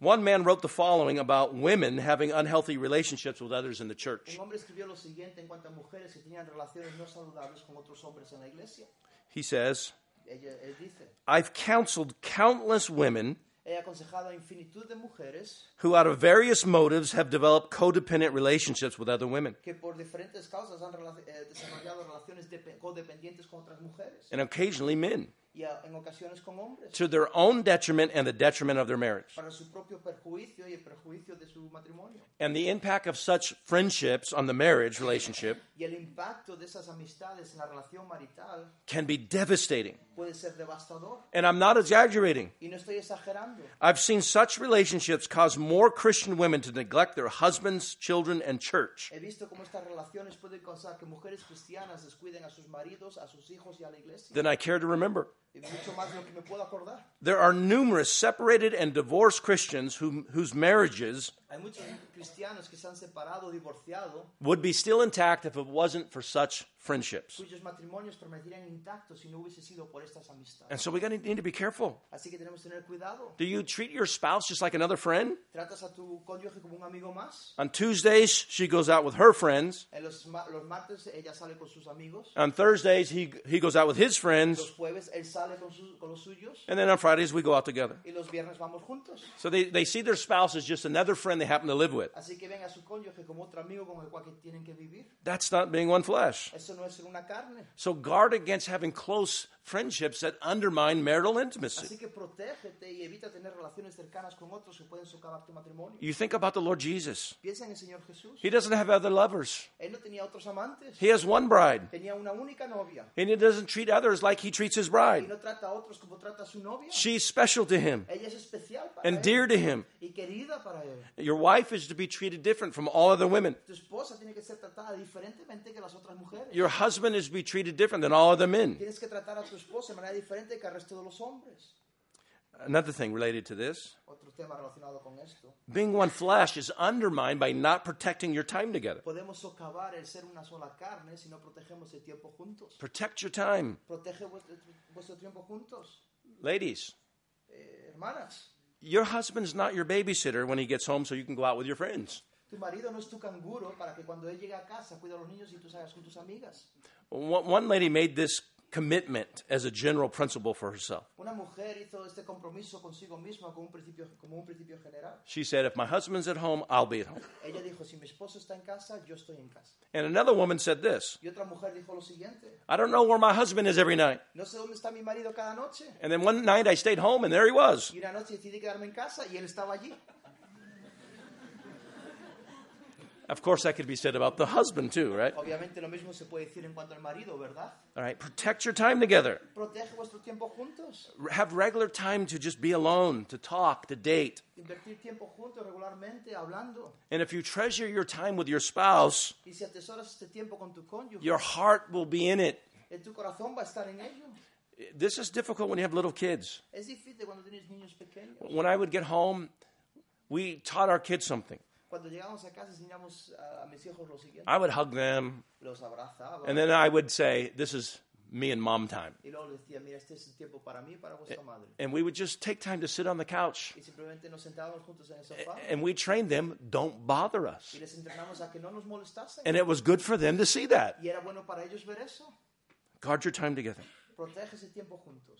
S1: One man wrote the following about women having unhealthy relationships with others in the church.
S2: Un hombre escribió lo siguiente en cuanto a mujeres que tenían relaciones no saludables con otros hombres en la iglesia.
S1: He says,
S2: Ella, él dice,
S1: I've counseled countless women
S2: he aconsejado a infinitud de mujeres
S1: who, out of various motives, have developed codependent relationships with other women.
S2: que por diferentes causas han rela- eh, desarrollado relaciones depe- codependientes con otras mujeres
S1: and occasionally men,
S2: y a- en ocasiones con hombres
S1: to their own detriment and the detriment of their marriage.
S2: para su propio perjuicio y el perjuicio de su matrimonio.
S1: And the impact of such friendships on the marriage relationship
S2: Y el impacto de esas amistades en la relación marital
S1: can be devastating.
S2: puede ser devastador.
S1: And I'm not exaggerating.
S2: Y no estoy exagerando.
S1: I've seen such relationships cause more Christian women to neglect their husbands, children, and church
S2: He visto cómo estas relaciones pueden causar que mujeres cristianas descuiden a sus maridos, a sus hijos y a la iglesia.
S1: than I care to remember.
S2: y mucho más de lo que me puedo acordar.
S1: There are numerous separated and divorced Christians whom, whose marriages
S2: Hay muchos cristianos que se han separado, divorciado,
S1: would be still intact if it wasn't for such friendships.
S2: cuyos matrimonios permanecerían intactos si no hubiese sido por estas
S1: And
S2: amistades.
S1: so we gotta need to be careful.
S2: Así que tenemos que tener cuidado.
S1: Do you treat your spouse just like another friend?
S2: ¿Tratas a tu cónyuge como un amigo más?
S1: On Tuesdays, she goes out with her friends.
S2: En los, ma- los martes ella sale con sus amigos.
S1: On Thursdays, he, he goes out with his
S2: Los
S1: friends.
S2: jueves él sale con, sus- con los suyos.
S1: And then on Fridays, we go out together.
S2: Y los viernes vamos juntos.
S1: So they, they see their spouse as just another friend they happen to live with.
S2: Así que ven a su cónyuge como otro amigo con el cual que tienen que vivir.
S1: That's not being one flesh.
S2: Eso no es ser una carne.
S1: So guard against having close friendships that undermine marital
S2: Así
S1: intimacy.
S2: que protégete y evita tener relaciones cercanas con otros que pueden socavar tu matrimonio.
S1: You think about the Lord Jesus.
S2: Piensa en el Señor Jesús.
S1: He doesn't have other lovers.
S2: Él no tenía otros amantes.
S1: He has one bride.
S2: Tenía una única novia.
S1: And he doesn't treat others like he treats his
S2: Y
S1: bride.
S2: no trata a otros como trata a su novia.
S1: She's special to him
S2: Ella es especial para
S1: and
S2: él.
S1: dear to him.
S2: Y querida para él.
S1: Your wife is to be treated different from all other women.
S2: Tu esposa tiene que ser tratada diferentemente que las otras mujeres.
S1: Your husband is to be treated different than all other men.
S2: Tienes que tratar a tu esposa de manera diferente que al resto de los hombres.
S1: Another thing related to this
S2: Otro tema relacionado con esto.
S1: being one flesh is undermined by not protecting your time together.
S2: Podemos socavar el ser una sola carne si no protegemos el tiempo juntos.
S1: Protect your time.
S2: Protege vuestro, vuestro tiempo juntos,
S1: Ladies,
S2: eh, hermanas.
S1: your husband's not your babysitter when he gets home so you can go out with your friends.
S2: Tu marido no es tu canguro para que cuando él llegue a casa cuida a los niños y tú salgas con tus amigas.
S1: One one lady made this commitment as a general principle for herself.
S2: Una mujer hizo este compromiso consigo misma como un principio, como un principio general.
S1: She said, If my husband's at home, I'll be at home.
S2: Ella dijo, si mi esposo está en casa, yo estoy en casa.
S1: And another woman said this
S2: Y otra mujer dijo lo siguiente,
S1: I don't know where my husband is every night.
S2: no sé dónde está mi marido cada noche.
S1: And then one night I stayed home and there he was.
S2: Y una noche decidí quedarme en casa y él estaba allí.
S1: Of course, that could be said about the husband too, right?
S2: Obviamente lo mismo se puede decir en cuanto al marido, ¿verdad?
S1: All right, protect your time together.
S2: Protege vuestro tiempo juntos.
S1: have regular time to just be alone, to talk, to date.
S2: Invertir tiempo juntos regularmente, hablando.
S1: And if you treasure your time with your spouse,
S2: Y si atesoras este tiempo con tu cónyuge,
S1: your heart will be in it.
S2: eh, tu corazón va a estar en ello.
S1: This is difficult when you have little kids.
S2: Es difícil cuando tienes niños pequeños.
S1: When I would get home, we taught our kids something.
S2: Cuando llegamos a casa enseñamos a, a mis hijos lo siguiente.
S1: I would hug them,
S2: Los abrazaba
S1: and then I would say, This is me and mom time.
S2: y luego les decía, mira, este es el tiempo para mí y para vuestra madre.
S1: And we would just take time to sit on the couch.
S2: Y simplemente nos sentábamos juntos en el sofá
S1: And we trained them, Don't bother us.
S2: y les entrenamos a que no nos molestasen.
S1: And it was good for them to see that.
S2: Y era bueno para ellos ver eso.
S1: Guard your time together.
S2: Protege ese tiempo juntos.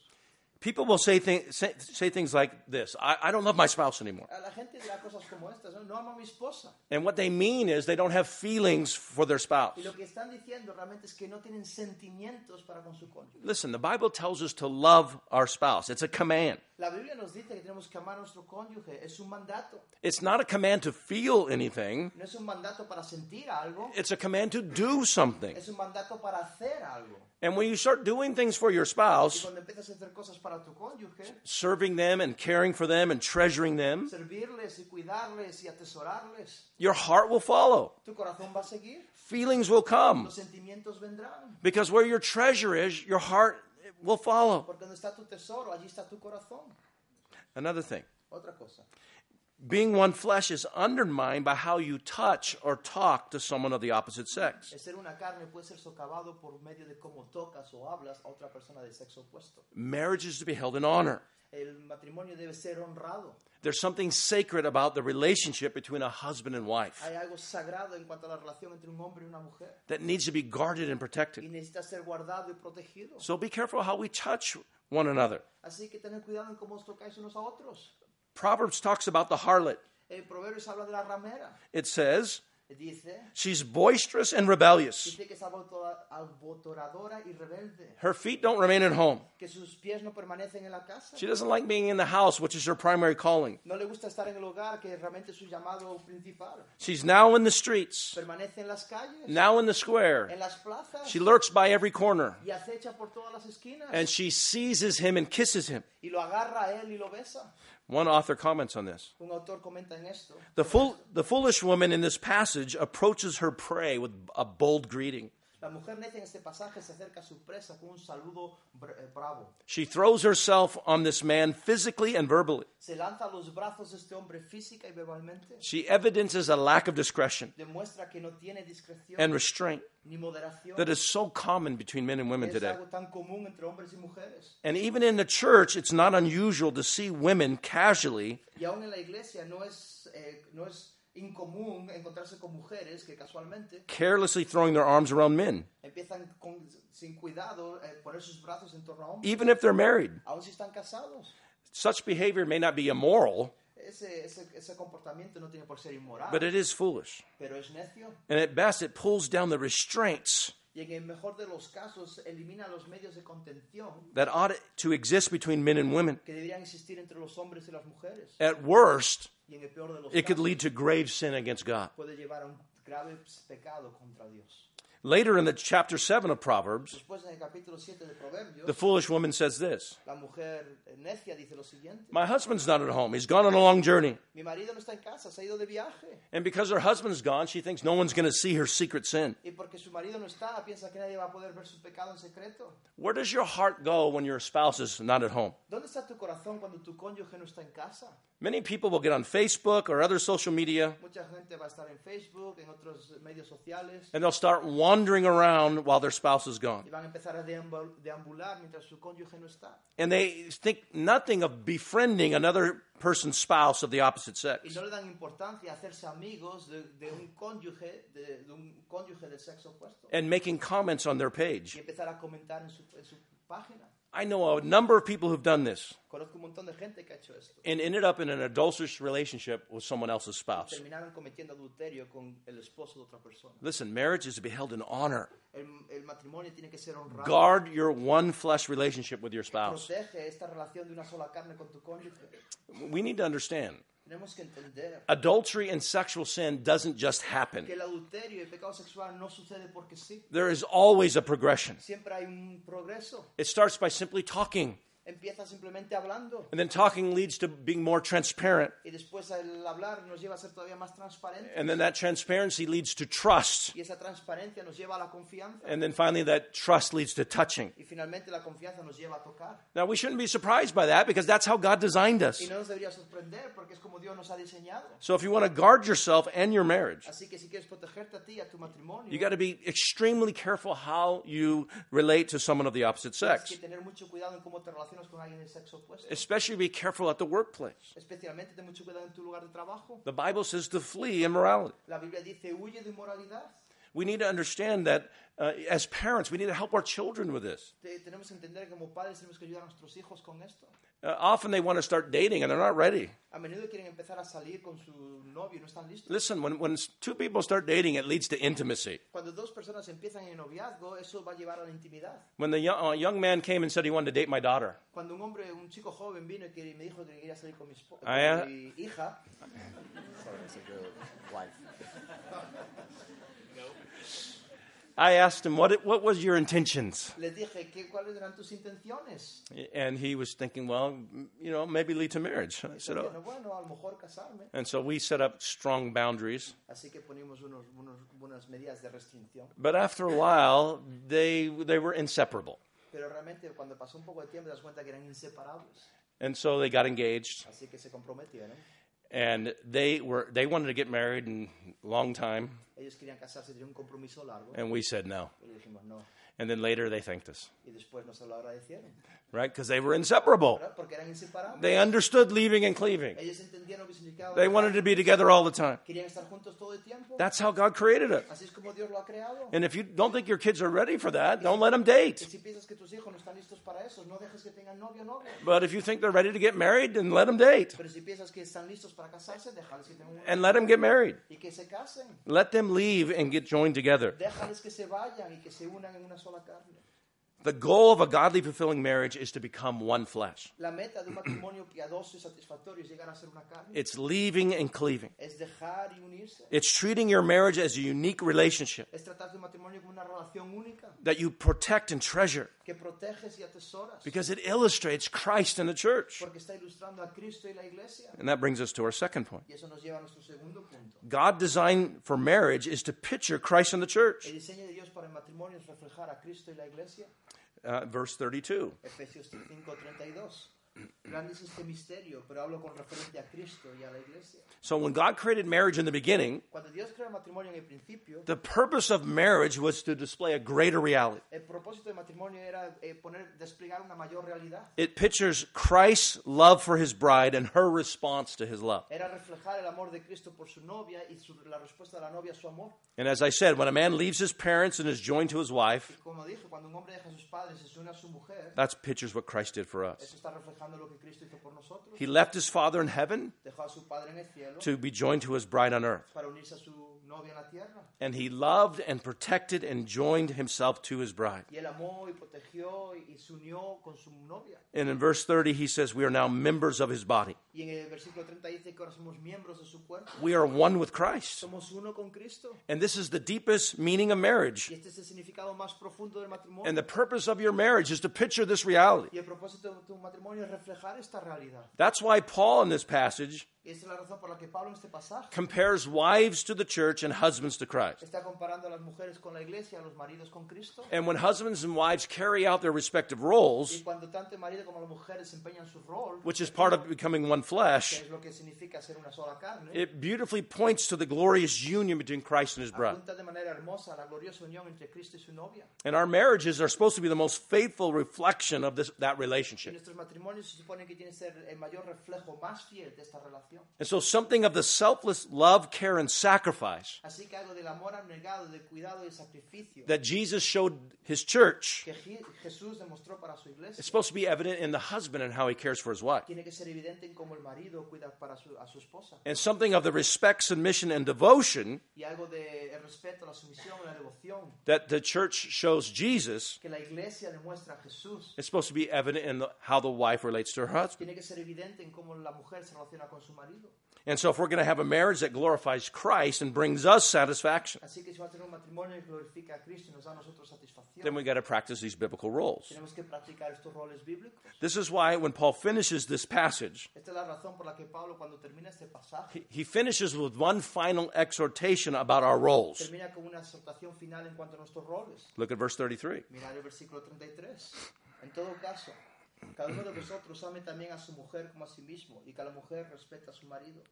S1: People will say, th- say, say things like this I, I don't love my spouse anymore.
S2: A la gente dirá cosas como estas, ¿no? No amo a mi esposa.
S1: And what they mean is they don't have feelings for their spouse.
S2: Y lo que están diciendo realmente es que no tienen sentimientos para con su cónyuge.
S1: Listen, the Bible tells us to love our spouse. It's a command.
S2: La Biblia nos dice que tenemos que amar a nuestro cónyuge. Es un mandato.
S1: It's not a command to feel anything.
S2: No es un mandato para sentir algo.
S1: It's a command to do something.
S2: Es un mandato para hacer algo.
S1: And when you start doing things for your spouse,
S2: Cuando empiezas a hacer cosas para tu cónyuge,
S1: serving them and caring for them and treasuring them,
S2: servirles y cuidarles y atesorarles,
S1: your heart will follow.
S2: tu corazón va a seguir,
S1: Feelings will come
S2: los sentimientos vendrán.
S1: because where your treasure is, your heart will follow.
S2: Porque donde está tu tesoro, allí está tu corazón.
S1: Another thing
S2: Otra cosa.
S1: being one flesh is undermined by how you touch or talk to someone of the opposite sex.
S2: El ser una carne puede ser socavado por medio de cómo tocas o hablas a otra persona del sexo opuesto.
S1: Marriage is to be held in honor.
S2: El matrimonio debe ser honrado.
S1: There's something sacred about the relationship between a husband and wife
S2: Hay algo sagrado en cuanto a la relación entre un hombre y una mujer.
S1: that needs to be guarded and
S2: Y
S1: protected.
S2: necesita ser guardado y protegido.
S1: So be careful how we touch one another.
S2: Así que tened cuidado en cómo os tocáis unos a otros.
S1: Proverbs talks about the harlot.
S2: El Proverbios habla de la ramera.
S1: It says,
S2: Dice,
S1: She's boisterous and rebellious.
S2: dice que es abotora- abotoradora y rebelde.
S1: Her feet don't remain at home.
S2: Que sus pies no permanecen en la casa.
S1: She doesn't like being in the house, which is her primary calling.
S2: No le gusta estar en el hogar, que realmente es su llamado principal.
S1: She's now in the streets,
S2: Permanece en las calles,
S1: now in the
S2: en
S1: square.
S2: las plazas.
S1: She lurks by every corner,
S2: y acecha por todas las esquinas
S1: and she seizes him and kisses him.
S2: y lo agarra a él y lo besa.
S1: One author comments on this.
S2: Un autor comenta en esto.
S1: The, fool, the foolish woman in this passage approaches her prey with a bold greeting.
S2: La mujer necia en este pasaje se acerca a su presa con un saludo br- eh, bravo.
S1: She throws herself on this man physically and verbally.
S2: Se lanza a los brazos de este hombre física y verbalmente.
S1: She evidences a lack of discretion
S2: Demuestra que no tiene discreción
S1: and restraint
S2: ni moderación.
S1: that is so common between men and women
S2: Es
S1: today.
S2: algo tan común entre hombres y mujeres.
S1: And even in the church, it's not unusual to see women casually
S2: Y aún en la iglesia no es, eh, no es incomún encontrarse con mujeres que casualmente
S1: carelessly throwing their arms around men,
S2: empiezan con- sin cuidado a poner sus brazos en torno a hombres,
S1: even if they're married.
S2: aun si están casados.
S1: Such behavior may not be immoral,
S2: Ese, ese, ese comportamiento no tiene por ser inmoral,
S1: but it is foolish.
S2: pero es necio.
S1: And at best, it pulls down the restraints
S2: Y en el mejor de los casos elimina los medios de contención
S1: that ought to exist between men and women.
S2: que deberían existir entre los hombres y las mujeres.
S1: At worst,
S2: Y en el peor de los
S1: it could
S2: casos
S1: lead to grave sin against God.
S2: puede llevar a un grave pecado contra Dios.
S1: Later in the chapter 7 of Proverbs,
S2: Después en el capítulo 7 de Proverbios,
S1: the foolish woman says this
S2: la mujer necia dice lo siguiente.
S1: My husband's not at home. He's gone on a long journey.
S2: Mi marido no está en casa, se ha ido de viaje.
S1: And because her husband's gone, she thinks no one's going to see her secret sin.
S2: Y porque su marido no está, piensa que nadie va a poder ver su pecado en secreto.
S1: Where does your heart go when your spouse is not at home?
S2: ¿Dónde está tu corazón cuando tu cónyuge no está en casa?
S1: Many people will get on Facebook or other social media
S2: Mucha gente va a estar en Facebook, en otros medios sociales,
S1: and they'll start wandering around while their spouse is
S2: y
S1: gone.
S2: van a empezar a deambu- deambular mientras su cónyuge no está.
S1: And they think nothing of befriending another person's spouse of the opposite
S2: Y
S1: sex.
S2: no le dan importancia a hacerse amigos de, de un cónyuge, de, de un cónyuge del sexo opuesto,
S1: And making comments on their
S2: y
S1: page.
S2: empezar a comentar en su, en su página.
S1: I know a number of people who've done this
S2: Conozco un montón de gente que ha hecho esto.
S1: and ended up in an adulterous relationship with someone else's spouse.
S2: Terminaron cometiendo adulterio con el esposo de otra persona.
S1: Listen, marriage is to be held in honor.
S2: El, el matrimonio tiene que ser honrado.
S1: Guard your one flesh relationship with your spouse.
S2: Protege esta relación de una sola carne con tu cónyuge.
S1: We need to understand
S2: Tenemos que entender
S1: adultery and sexual sin doesn't just happen.
S2: que el adulterio y el pecado sexual no sucede porque sí.
S1: There is always a progression.
S2: Siempre hay un progreso.
S1: It starts by simply talking,
S2: Empieza simplemente hablando
S1: and then talking leads to being more transparent,
S2: y después el hablar nos lleva a ser todavía más transparentes.
S1: and then that transparency leads to trust,
S2: Y esa transparencia nos lleva a la confianza.
S1: and then finally that trust leads to touching.
S2: Y finalmente la confianza nos lleva a tocar.
S1: Now, we shouldn't be surprised by that because that's how God designed us.
S2: Y no nos debería sorprender porque es como Dios nos ha diseñado.
S1: So, if you want to guard yourself and your marriage,
S2: Así que si quieres protegerte a ti y a tu matrimonio,
S1: you got to be extremely careful how you relate to someone of the opposite
S2: tienes
S1: sex.
S2: que tener mucho cuidado en cómo te relacionas con alguien del sexo opuesto.
S1: Especially be careful at the workplace.
S2: Especialmente ten mucho cuidado en tu lugar de trabajo.
S1: The Bible says to flee immorality.
S2: La Biblia dice, huye de inmoralidad.
S1: We need to understand that uh, as parents, we need to help our children with this.
S2: Te- tenemos que entender que como padres tenemos que ayudar a nuestros hijos con esto.
S1: Uh, often they want to start dating and they're not ready.
S2: A menudo quieren empezar a salir con su novio y no están listos.
S1: Listen, when, when two people start dating, it leads to intimacy.
S2: Cuando dos personas empiezan en noviazgo, eso va a llevar a la intimidad.
S1: When the young, uh, young man came and said he wanted to date my daughter,
S2: Cuando un hombre, un chico joven vino y que me dijo que quería salir con mi, espo-
S1: Ah, ya.
S2: con mi hija,
S1: I asked him, what, what was your intentions?
S2: Les dije, ¿qué, ¿cuáles eran tus intenciones?
S1: And he was thinking, well, m- you know, maybe lead to marriage. And I said,
S2: Bueno,
S1: oh.
S2: bueno, a lo mejor casarme.
S1: And so we set up strong boundaries.
S2: Así que ponimos unos, unos- unas medidas de restricción.
S1: But after a while, they, they were inseparable.
S2: Pero realmente cuando pasó un poco de tiempo te das cuenta que eran inseparables.
S1: And so they got engaged
S2: Así que se comprometieron.
S1: and they were they wanted to get married in a long time
S2: Ellos querían casarse, tenían un compromiso largo.
S1: and we said no.
S2: Y le dijimos no.
S1: And then later they thanked us,
S2: Y después nos lo agradecieron.
S1: right? Cuz they were inseparable.
S2: ¿verdad? Porque eran inseparables.
S1: They understood leaving and cleaving.
S2: Ellos entendieron lo que significaba.
S1: They wanted to be together all the time.
S2: Querían estar juntos todo el tiempo.
S1: That's how God created it.
S2: Así es como Dios lo ha creado.
S1: And if you don't think your kids are ready for that, don't let them date.
S2: Si piensas que tus hijos no están listos para eso, no dejes que tengan novio o novia.
S1: But if you think they're ready to get married, then let them date
S2: Pero si piensas que están listos para casarse, déjales que tengan un
S1: and let them get married.
S2: y que se casen.
S1: Let them leave and get joined together.
S2: Déjales que se vayan y que se unan en una sola carne.
S1: The goal of a godly fulfilling marriage is to become one flesh.
S2: La meta de un matrimonio piadoso y satisfactorio es llegar a ser una carne.
S1: It's leaving and cleaving.
S2: Es dejar y unirse.
S1: It's treating your marriage as a unique relationship
S2: Es tratar tu matrimonio como una relación única
S1: that you protect and treasure
S2: que proteges y atesoras.
S1: because it illustrates Christ and the church.
S2: Porque está ilustrando a Cristo y la iglesia.
S1: And that brings us to our second point.
S2: Y eso nos lleva a nuestro segundo punto.
S1: God designed for marriage is to picture Christ and the church.
S2: El diseño de Dios para el matrimonio es reflejar a Cristo y la iglesia.
S1: Uh, verse 32.
S2: Efesios 5:32. Grande es este misterio, pero hablo con referente a Cristo y a la iglesia.
S1: So when God created marriage in the beginning,
S2: Cuando Dios creó el matrimonio en el principio,
S1: the purpose of marriage was to display a greater reality.
S2: el propósito del matrimonio era eh, poner, desplegar una mayor realidad.
S1: It pictures Christ's love for his bride and her response to his love.
S2: Era reflejar el amor de Cristo por su novia y su- la respuesta de la novia a su amor.
S1: And as I said, when a man leaves his parents and is joined to his wife,
S2: Como dije, cuando un hombre deja a sus padres y se une a su mujer,
S1: that's pictures what Christ did for us.
S2: eso está reflejando lo que Cristo hizo por nosotros.
S1: He left his father in heaven
S2: Dejó a su padre en el cielo
S1: to be joined to his bride on earth.
S2: para unirse a su novia en la tierra.
S1: And he loved and protected and joined himself to his bride.
S2: Y él amó y protegió y, y se unió con su novia.
S1: And in verse 30, he says, We are now members of his body.
S2: Y en el versículo 30 dice que ahora somos miembros de su cuerpo.
S1: We are one with Christ.
S2: Somos uno con Cristo.
S1: And this is the deepest meaning of marriage.
S2: Y este es el significado más profundo del matrimonio.
S1: And the purpose of your marriage is to picture this reality.
S2: y el propósito de tu matrimonio es reflejar esta realidad.
S1: That's why Paul, in this passage,
S2: Y esta es la razón por la que Pablo en este pasaje
S1: compares wives to the church and husbands to Christ.
S2: está comparando a las mujeres con la iglesia, a los maridos con Cristo.
S1: And when husbands and wives carry out their respective
S2: Y
S1: roles,
S2: cuando tanto el marido como la mujer desempeñan su rol,
S1: which is part of becoming one flesh,
S2: que es lo que significa ser una sola carne,
S1: it beautifully points to the glorious union between Christ and his bride.
S2: apunta de manera hermosa a la gloriosa unión entre Cristo y su novia.
S1: And our marriages are supposed to be the most faithful reflection of this, that
S2: Y
S1: relationship.
S2: nuestros matrimonios se supone que tienen que ser el mayor reflejo más fiel de esta relación.
S1: And so, something of the selfless love, care, and sacrifice
S2: Así que algo del amor abnegado, del cuidado y el sacrificio
S1: that Jesus showed his church
S2: que Je- Jesús demostró para su iglesia
S1: is supposed to be evident in the husband and how he cares for his wife.
S2: tiene que ser evidente en cómo el marido cuida para su, a su esposa.
S1: And something of the respect, submission, and devotion
S2: Y algo de el respeto, la sumisión, la devoción
S1: that the church shows Jesus
S2: que la iglesia demuestra a Jesús
S1: is supposed to be evident in the, how the wife relates to her husband.
S2: tiene que ser evidente en cómo la mujer se relaciona con su marido.
S1: And so, if we're going to have a marriage that glorifies Christ and brings us satisfaction,
S2: Así que si va a tener un matrimonio que glorifica a Cristo y nos da a nosotros satisfacción,
S1: then we got to practice these biblical roles.
S2: tenemos que practicar estos roles bíblicos.
S1: This is why when Paul finishes this passage,
S2: Esta es la razón por la que Pablo cuando termina este pasaje
S1: he finishes with one final exhortation about our roles.
S2: termina con una exhortación final en cuanto a nuestros roles.
S1: Look at verse 33.
S2: Mirad el versículo 33. En todo caso, cada uno de vosotros ame también a su mujer como a sí mismo y que la mujer respete a su marido.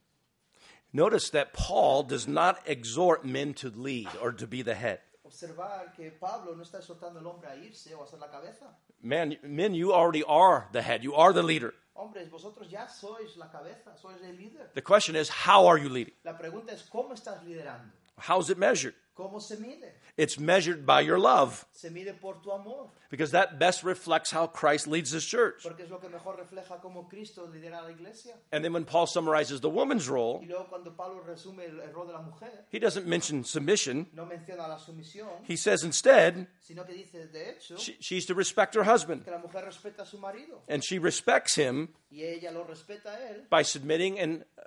S1: Notice that Paul does not exhort men to lead or to be the head.
S2: Observar que Pablo no está exhortando al hombre a irse o a hacer la cabeza.
S1: Man, men, you already are the head, you are the leader.
S2: Hombres, vosotros ya sois la cabeza, sois el líder.
S1: The question is, how are you leading?
S2: La pregunta es cómo estás liderando.
S1: How's it measured?
S2: ¿Cómo se mide?
S1: It's measured by your love,
S2: Se mide por tu amor,
S1: because that best reflects how Christ leads his church.
S2: porque es lo que mejor refleja cómo Cristo lidera a la iglesia.
S1: And then when Paul summarizes the woman's role,
S2: Y luego cuando Pablo resume el, el rol de la mujer,
S1: he doesn't mention submission.
S2: no menciona la sumisión,
S1: He says instead,
S2: sino que dice, de hecho,
S1: she, she's to respect her husband.
S2: que la mujer respeta a su marido
S1: And she respects him
S2: y ella lo respeta a él
S1: by submitting and uh,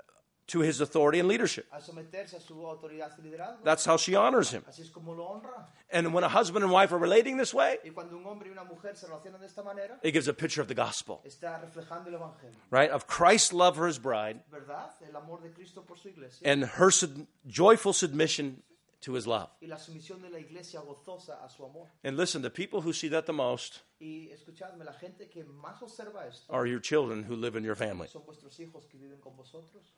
S1: to his authority and leadership.
S2: al someterse a su autoridad y liderazgo.
S1: That's how she honors him.
S2: Así es como lo honra.
S1: And when a husband and wife are relating this way,
S2: Y cuando un hombre y una mujer se relacionan de esta manera,
S1: it gives a picture of the gospel,
S2: está reflejando el Evangelio,
S1: right? Of Christ's love for his bride
S2: ¿verdad? El amor de Cristo por su iglesia
S1: and her sub- joyful submission to his love.
S2: y la sumisión de la iglesia gozosa a su amor.
S1: And listen, the people who see that the most
S2: Y escuchadme, la gente que más observa esto
S1: are your children who live in your family.
S2: son vuestros hijos que viven con vosotros,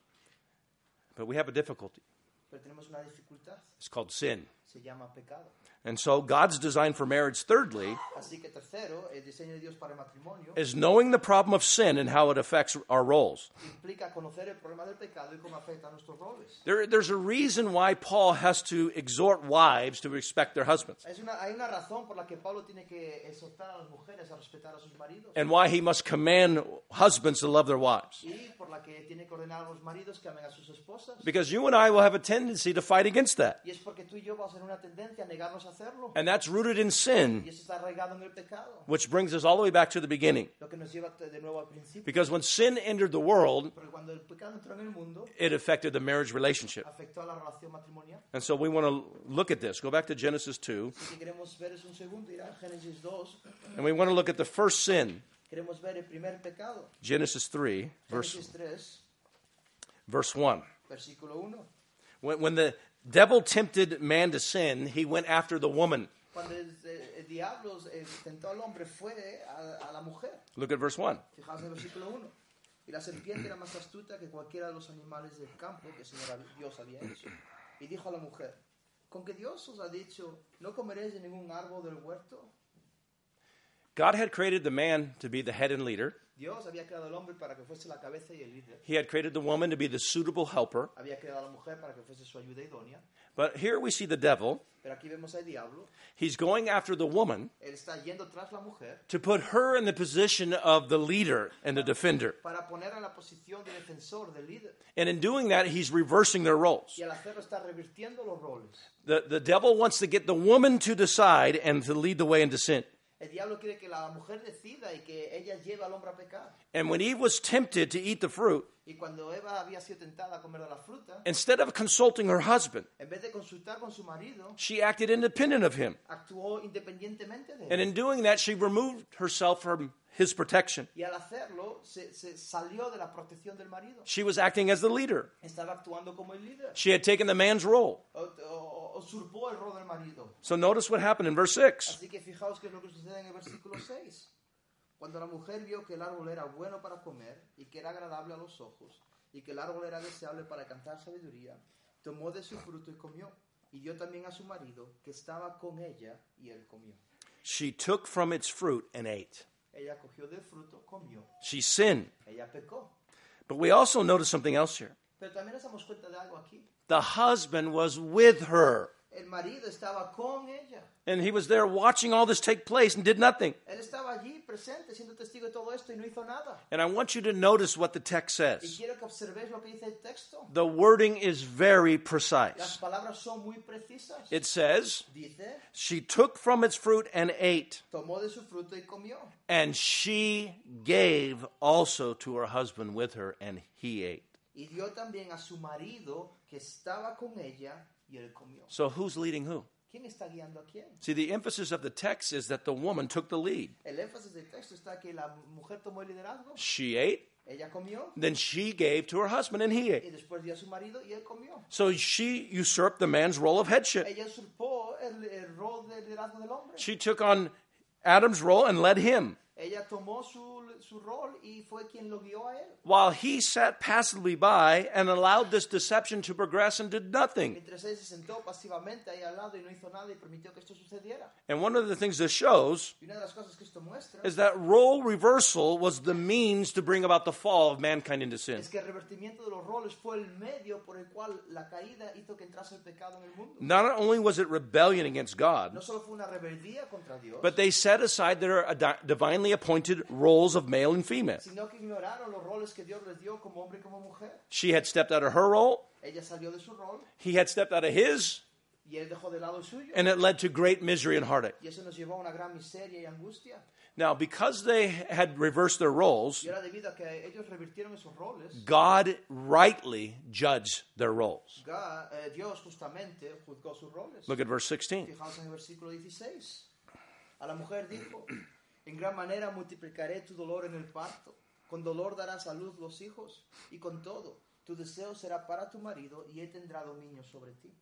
S1: But we have a difficulty.
S2: pero tenemos una dificultad,
S1: It's called sin.
S2: se llama pecado.
S1: And so God's design for marriage, thirdly,
S2: Así que tercero, el diseño de Dios para el matrimonio
S1: is knowing the problem of sin and how it affects our roles.
S2: implica conocer el problema del pecado y cómo afecta a nuestros roles.
S1: There, there's a reason why Paul has to exhort wives to respect their husbands
S2: Es una, hay una razón por la que Pablo tiene que exhortar a las mujeres a respetar a sus maridos
S1: and why he must command husbands to love their wives.
S2: y por la que tiene que ordenar a los maridos que amen a sus esposas.
S1: Because you and I will have a tendency to fight against that.
S2: Y es porque tú y yo vamos a tener una tendencia a negarnos a hacerlo.
S1: And that's rooted in
S2: Y
S1: sin,
S2: eso está arraigado en el pecado,
S1: which brings us all the way back to the beginning.
S2: lo que nos lleva de nuevo al principio.
S1: Because when sin entered the world,
S2: Porque cuando el pecado entró en el mundo,
S1: it affected the marriage relationship.
S2: afectó a la relación matrimonial.
S1: And so we want to look at this. Go back to Genesis 2,
S2: Si queremos ver es un segundo, ir a Génesis 2,
S1: and we want to look at the first sin,
S2: queremos ver el primer pecado.
S1: Genesis 3, verse,
S2: Génesis 3,
S1: verse 1.
S2: versículo 1.
S1: When, when the devil tempted man to sin, he went after the woman.
S2: Cuando el, el diablo eh, tentó al hombre, fue a, a la mujer.
S1: Look at verse 1.
S2: Fijaos en el versículo 1. Y la serpiente era más astuta que cualquiera de los animales del campo que el Señor hab- Dios había hecho. Y dijo a la mujer, ¿con que Dios os ha dicho, no comeréis de ningún árbol del huerto?
S1: God had created the man to be the head and leader,
S2: Dios había creado al hombre para que fuese la cabeza y el líder.
S1: He had created the woman to be the suitable helper.
S2: Había creado a la mujer para que fuese su ayuda idónea.
S1: But here we see the devil.
S2: Pero aquí vemos al diablo.
S1: He's going after the woman
S2: Él está yendo tras la mujer
S1: to put her in the position of the leader and the defender.
S2: para ponerla en la posición de defensor, del líder.
S1: And in doing that, he's reversing their roles.
S2: Y al hacerlo está revirtiendo los roles.
S1: The, the devil wants to get the woman to decide and to lead the way into sin.
S2: El diablo quiere que la mujer decida y que ella lleve al hombre a pecar.
S1: And when Eve was tempted to eat the fruit,
S2: Y cuando Eva había sido tentada a comer de la fruta,
S1: instead of consulting her husband,
S2: en vez de consultar con su marido,
S1: she acted independent of him.
S2: actuó independientemente de él.
S1: And in doing that, she removed herself from his protection.
S2: Y al hacerlo, se, se salió de la protección del marido.
S1: She was acting as the leader.
S2: Estaba actuando como el líder.
S1: She had taken the man's role.
S2: O- o- usurpó el rol del marido.
S1: So notice what happened in verse 6.
S2: Así que fijaos qué es lo que sucede en el versículo 6. Cuando la mujer vio que el árbol era bueno para comer y que era agradable a los ojos y que el árbol era deseable para cantar sabiduría, tomó de su fruto y comió. Y dio también a su marido que estaba con ella y él comió.
S1: She took from its fruit and ate.
S2: Ella cogió del fruto, comió.
S1: She sinned.
S2: Ella pecó.
S1: But we also notice something else here.
S2: Pero también nos damos cuenta de algo aquí.
S1: The husband was with her,
S2: El marido estaba con ella.
S1: and he was there watching all this take place and did nothing.
S2: Él estaba allí presente, siendo testigo de todo esto y no hizo nada.
S1: And I want you to notice what the text
S2: Y
S1: says.
S2: quiero que observéis lo que dice el texto.
S1: The wording is very
S2: Las
S1: precise.
S2: palabras son muy precisas.
S1: It says,
S2: Dice,
S1: She took from its fruit and ate,
S2: tomó de su fruto y comió.
S1: and she gave also to her husband with her, and he ate.
S2: Y dio también a su marido que estaba con ella y él comió.
S1: So who's leading who?
S2: ¿Quién está guiando a quién?
S1: See, the emphasis of the text is that the woman took the lead.
S2: El énfasis del texto está que la mujer tomó el liderazgo.
S1: She ate,
S2: Ella comió
S1: then she gave to her husband, and he ate.
S2: y después dio a su marido y él comió.
S1: So she usurped the man's role of headship.
S2: Ella usurpó el, el rol de liderazgo del hombre.
S1: She took on Adam's role and led him,
S2: Ella tomó su, su rol y fue quien lo guió a él.
S1: while he sat passively by and allowed this deception to progress and did nothing.
S2: Mientras él se sentó pasivamente ahí al lado y no hizo nada y permitió que esto sucediera.
S1: And one of the things this shows
S2: Y una de las cosas que esto muestra
S1: is that role reversal was the means to bring about the fall of mankind into sin.
S2: es que el revertimiento de los roles fue el medio por el cual la caída hizo que entrase el pecado en el mundo.
S1: Not only was it rebellion against God,
S2: No solo fue una rebeldía contra Dios,
S1: but they set aside their adi- divinely appointed roles of male and female.
S2: sino que ignoraron los roles que Dios les dio como hombre y como mujer.
S1: She had stepped out of her role,
S2: Ella salió de su rol
S1: he had stepped out of his,
S2: y y él dejó de lado el suyo.
S1: and it led to great misery and heartache.
S2: Y eso nos llevó a una gran miseria y angustia.
S1: Now, because they had reversed their roles,
S2: Y era debido a que ellos revirtieron esos roles.
S1: God rightly judged their roles.
S2: Ga- eh, Dios justamente juzgó sus roles.
S1: Look at verse 16.
S2: Fijaos en el versículo 16. A la mujer dijo, en gran manera multiplicaré tu dolor en el parto, con dolor darás a luz los hijos, y con todo, tu deseo será para tu marido, y él tendrá dominio sobre ti.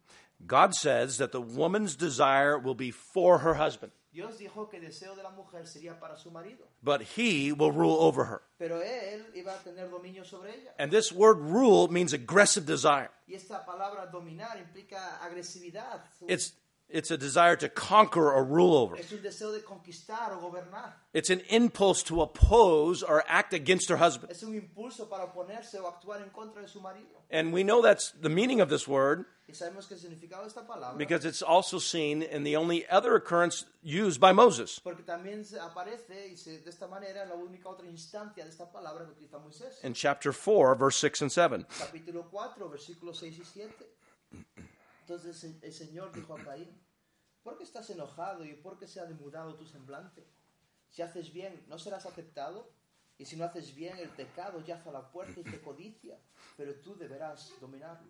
S1: God says that the woman's desire will be for her husband,
S2: Dios dijo que el deseo de la mujer sería para su marido,
S1: but he will rule over her.
S2: pero él iba a tener dominio sobre ella.
S1: And this word rule means aggressive desire.
S2: Y esta palabra dominar implica agresividad.
S1: It's it's a desire to conquer or rule over.
S2: Es un deseo de conquistar o gobernar.
S1: It's an impulse to oppose or act against her husband.
S2: Es un impulso para oponerse o actuar en contra de su marido.
S1: And we know that's the meaning of this word
S2: Y sabemos que el significado de esta palabra.
S1: because it's also seen in the only other occurrence used by Moses
S2: Porque también se aparece y se- de esta manera la única otra instancia de esta palabra que utiliza Moisés.
S1: in chapter 4, verse 6 and 7.
S2: Capítulo 4, versículos 6 y 7. Entonces el, el Señor dijo a Caín, ¿por qué estás enojado y por qué se ha demudado tu semblante? Si haces bien, ¿no serás aceptado? Y si no haces bien, el pecado yace a la puerta y te codicia, pero tú deberás dominarlo.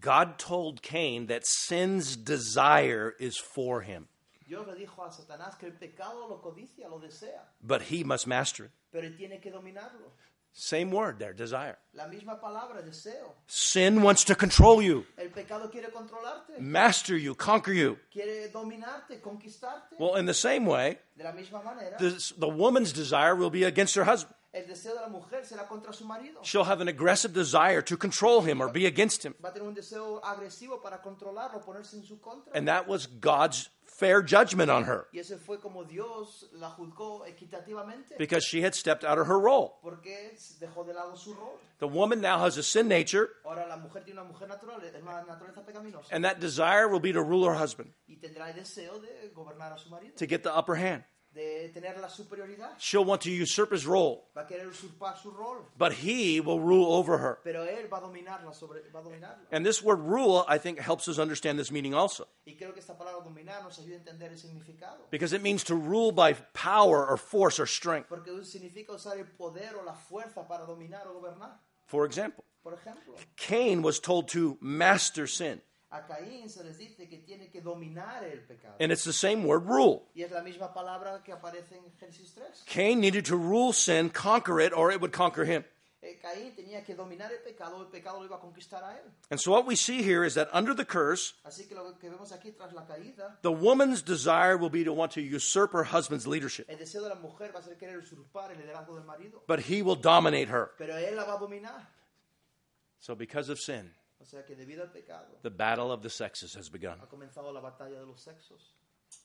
S1: God told Cain that sin's desire is for him,
S2: Dios le dijo a Satanás que el pecado lo codicia, lo desea,
S1: but he must master it.
S2: pero él tiene que dominarlo.
S1: Same word there, desire.
S2: La misma palabra, deseo.
S1: Sin wants to control you,
S2: El pecado quiere controlarte.
S1: master you, conquer you.
S2: quiere dominarte, conquistarte.
S1: Well, in the same way,
S2: De la misma manera,
S1: this, the woman's desire will be against her husband.
S2: el deseo de la mujer será contra su marido.
S1: She'll have an aggressive desire to control him or be against him.
S2: Va a tener un deseo agresivo para controlarlo, ponerse en su contra.
S1: And that was God's fair judgment on her
S2: Y ese fue como Dios la juzgó equitativamente,
S1: because she had stepped out of her role.
S2: porque dejó de lado su rol.
S1: The woman now has a sin nature,
S2: Ahora la mujer tiene una mujer natural, es una naturaleza pecaminosa,
S1: and that desire will be to rule her husband,
S2: y tendrá el deseo de gobernar a su marido,
S1: to get the upper hand.
S2: de tener la superioridad.
S1: She'll want to usurp his role,
S2: Va a querer usurpar su rol,
S1: but he will rule over her.
S2: pero él va a dominarla sobre, va a dominarla.
S1: And this word rule, I think, helps us understand this meaning also
S2: Y creo que esta palabra dominar nos ayuda a entender el significado.
S1: because it means to rule by power or force or strength.
S2: Porque significa usar el poder o la fuerza para dominar o gobernar.
S1: For example,
S2: Por ejemplo,
S1: Cain was told to master sin,
S2: a Caín se les dice que tiene que dominar el pecado.
S1: and it's the same word rule.
S2: Y es la misma palabra que aparece en Génesis 3.
S1: Cain needed to rule sin, conquer it, or it would conquer him.
S2: Eh, Caín tenía que dominar el pecado, el pecado lo iba a conquistar a él.
S1: And so, what we see here is that under the curse,
S2: Así que lo que vemos aquí tras la caída,
S1: the woman's desire will be to want to usurp her husband's leadership,
S2: el deseo de la mujer va a ser querer usurpar el liderazgo del marido.
S1: but he will dominate her.
S2: Pero él la va a dominar.
S1: So, because of sin,
S2: O sea que debido al pecado
S1: the battle of the sexes has begun.
S2: ha comenzado la batalla de los sexos.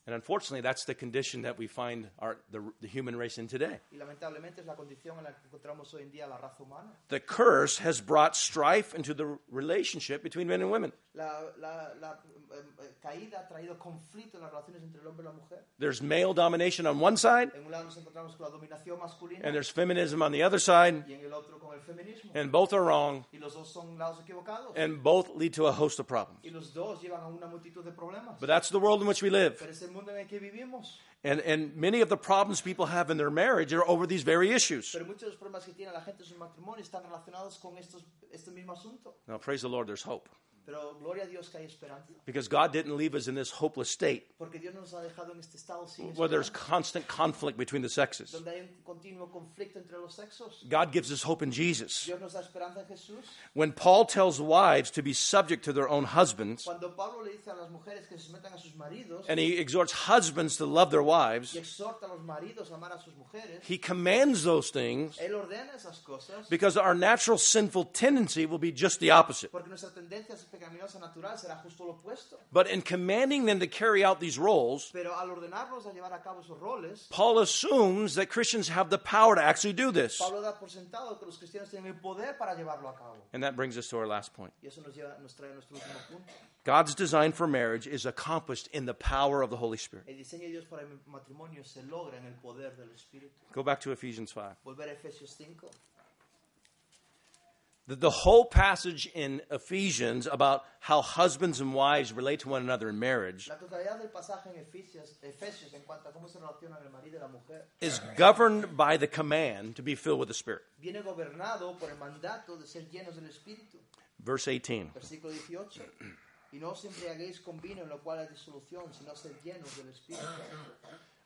S1: And unfortunately, that's the condition that we find our, the, the human race in today.
S2: Y lamentablemente es la condición en la que encontramos hoy en día la raza humana.
S1: The curse has brought strife into the relationship between men and women.
S2: La, la- la, eh, eh, caída ha traído conflicto en las relaciones entre el hombre y la mujer.
S1: There's male domination on one side,
S2: En un lado nos encontramos con la dominación masculina
S1: and there's feminism on the other side,
S2: y en el otro con el feminismo.
S1: and both are wrong,
S2: Y los dos son lados equivocados.
S1: and both lead to a host of problems.
S2: Y los dos llevan a una multitud de problemas.
S1: But that's the world in which we live.
S2: Pero es el mundo en el que vivimos.
S1: And, and many of the problems people have in their marriage are over these very issues.
S2: Pero muchos de los problemas que tiene la gente en sus matrimonios están relacionados con estos, este mismo asunto.
S1: Now, praise the Lord, there's hope.
S2: Pero gloria a Dios que hay esperanza.
S1: Because God didn't leave us in this hopeless state
S2: Porque Dios nos ha dejado en este estado sin
S1: where there's
S2: esperanza,
S1: constant conflict between the sexes.
S2: donde hay un continuo conflicto entre los sexos.
S1: God gives us hope in Jesus.
S2: Dios nos da esperanza en Jesús.
S1: When Paul tells wives to be subject to their own husbands,
S2: Cuando Pablo le dice a las mujeres que se sometan a sus maridos
S1: and he exhorts husbands to love their wives,
S2: y exhorta a los maridos a amar a sus mujeres,
S1: he commands those things
S2: él ordena esas cosas
S1: because our natural sinful tendency will be just the opposite.
S2: porque nuestra tendencia pecaminosa natural será justo lo opuesto.
S1: But in commanding them to carry out these roles,
S2: Pero al ordenarnos a llevar a cabo esos roles,
S1: Paul assumes that Christians have the power to actually do this.
S2: Pablo da por sentado que los cristianos tienen el poder para llevarlo a cabo.
S1: And that brings us to our last point.
S2: Y eso nos, lleva, nos trae a nuestro último punto.
S1: God's design for marriage is accomplished in the power of the Holy Spirit.
S2: El diseño de Dios para el matrimonio se logra en el poder del Espíritu.
S1: Go back to Ephesians 5.
S2: Volver a Efesios 5.
S1: The, the whole passage in Ephesians about how husbands and wives relate to one another in marriage
S2: La totalidad del pasaje en Efesios, Efesios en cuanto a cómo se relacionan el marido y la mujer
S1: is governed by the command to be filled with the Spirit.
S2: viene gobernado por el mandato de ser llenos del Espíritu.
S1: Verse 18.
S2: Versículo 18. Y no os embriaguéis con vino, en lo cual hay disolución, sino ser llenos del Espíritu.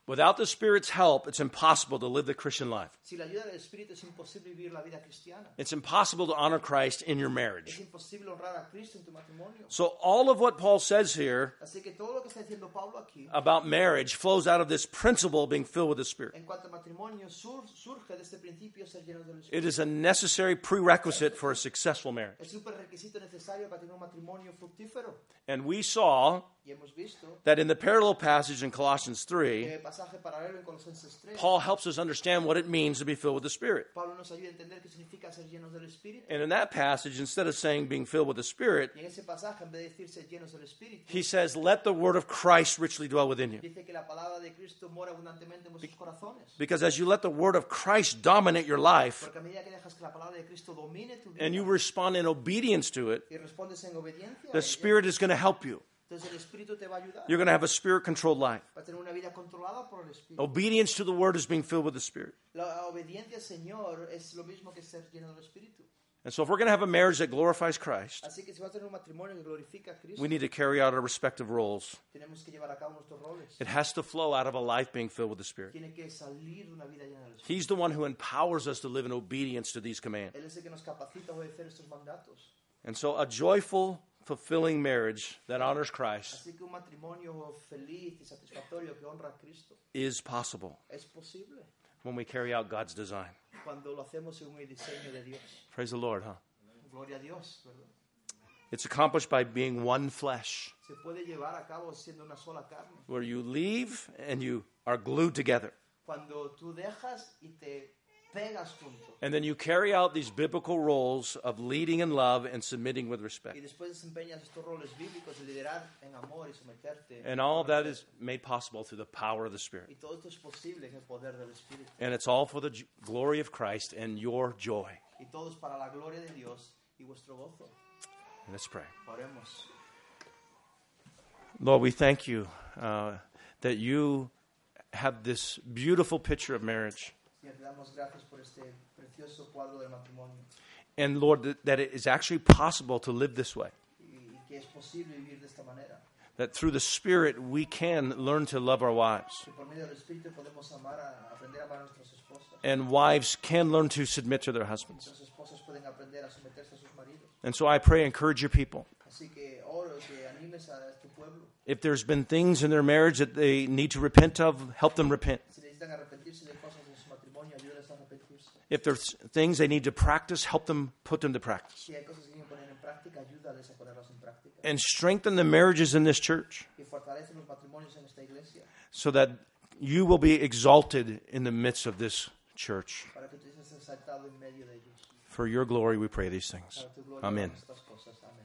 S1: Without the Spirit's help, it's impossible to live the Christian life.
S2: Sin la ayuda del Espíritu es imposible vivir la vida cristiana.
S1: It's impossible to honor Christ in your
S2: Es
S1: marriage.
S2: imposible honrar a Cristo en tu matrimonio.
S1: So, all of what Paul says here
S2: Así que todo lo que está diciendo Pablo aquí,
S1: about marriage flows out of this principle of being filled with the Spirit.
S2: en cuanto a matrimonio, sur- surge de este principio ser llenos del Espíritu.
S1: It is a necessary prerequisite for a successful marriage.
S2: Es un requisito necesario para tener un matrimonio fructífero.
S1: And we saw
S2: Y hemos visto
S1: that in the parallel passage in Colossians 3,
S2: en el pasaje paralelo en Colosenses 3,
S1: Paul helps us understand what it means to be filled with the Spirit.
S2: Pablo nos ayuda a entender qué significa ser llenos del Espíritu.
S1: And in that passage, instead of saying being filled with the Spirit,
S2: Y en ese pasaje, en vez de decir ser llenos del Espíritu,
S1: he says, Let the word of Christ richly dwell within you.
S2: dice que la palabra de Cristo mora abundantemente en vuestros corazones.
S1: Because as you let the word of Christ dominate your life
S2: Porque a medida que dejas que la palabra de Cristo domine tu vida
S1: and you respond in obedience to it,
S2: y respondes en obediencia, a
S1: the
S2: ella,
S1: Spirit is going to help you.
S2: entonces el Espíritu te va a ayudar
S1: You're going to have a spirit controlled life.
S2: para tener una vida controlada por el Espíritu.
S1: Obedience to the word is being filled with the Spirit.
S2: La obediencia al Señor es lo mismo que ser lleno del Espíritu.
S1: And so, if we're going to have a marriage that glorifies Christ,
S2: Así que si vas a tener un matrimonio que glorifica a Cristo,
S1: we need to carry out our respective roles.
S2: tenemos que llevar a cabo nuestros roles.
S1: It has to flow out of a life being filled with the Spirit.
S2: Tiene que salir de una vida llena del Espíritu.
S1: He's the one who empowers us to live in obedience to these commands.
S2: Él es el que nos capacita a obedecer estos mandatos.
S1: And so, a joyful, fulfilling marriage that honors Christ
S2: Así que un matrimonio feliz y satisfactorio que honra a Cristo
S1: is possible
S2: es posible
S1: when we carry out God's design.
S2: cuando lo hacemos según el diseño de Dios.
S1: Praise the Lord, huh?
S2: Gloria a Dios, ¿verdad?
S1: It's accomplished by being one flesh,
S2: Se puede llevar a cabo siendo una sola carne.
S1: where you leave and you are glued together.
S2: Cuando tú dejas y te pegas junto.
S1: And then you carry out these biblical roles of leading in love and submitting with
S2: Y
S1: respect.
S2: después desempeñas estos roles bíblicos de liderar en amor y someterte.
S1: And all of that is made possible through the power of the Spirit.
S2: Y todo esto es posible en el poder del Espíritu.
S1: And it's all for the j- glory of Christ and your joy.
S2: Y todo es para la gloria de Dios y vuestro gozo.
S1: Let's pray.
S2: Oremos.
S1: Lord, we thank you uh, that you have this beautiful picture of marriage.
S2: Señor, te damos gracias por este precioso cuadro del matrimonio
S1: And Lord, that, that it is actually possible to live this way.
S2: y, y que es posible vivir de esta manera.
S1: That through the Spirit, we can learn to love our wives.
S2: Que por medio del Espíritu podemos amar a, aprender a amar a nuestras esposas.
S1: And wives can learn to submit to their husbands.
S2: Nuestras esposas pueden aprender a someterse a sus maridos.
S1: And so I pray, encourage your people.
S2: Así que oro que animes a tu pueblo.
S1: If there's been things in their marriage that they need to repent of, help them repent.
S2: Si necesitan arrepentirse de cosas en su matrimonio, ayúdales a arrepentirse.
S1: If there's things they need to practice, help them put them to practice.
S2: Si hay cosas que quieren poner en práctica, ayúdales a ponerlas en práctica.
S1: And strengthen the marriages in this church
S2: Y fortalece los matrimonios en esta iglesia
S1: so that you will be exalted in the midst of this church.
S2: para que tú seas exaltado en medio de ellos.
S1: For your glory, we pray these things.
S2: Para tu gloria,
S1: Amen.
S2: estas cosas. Amén.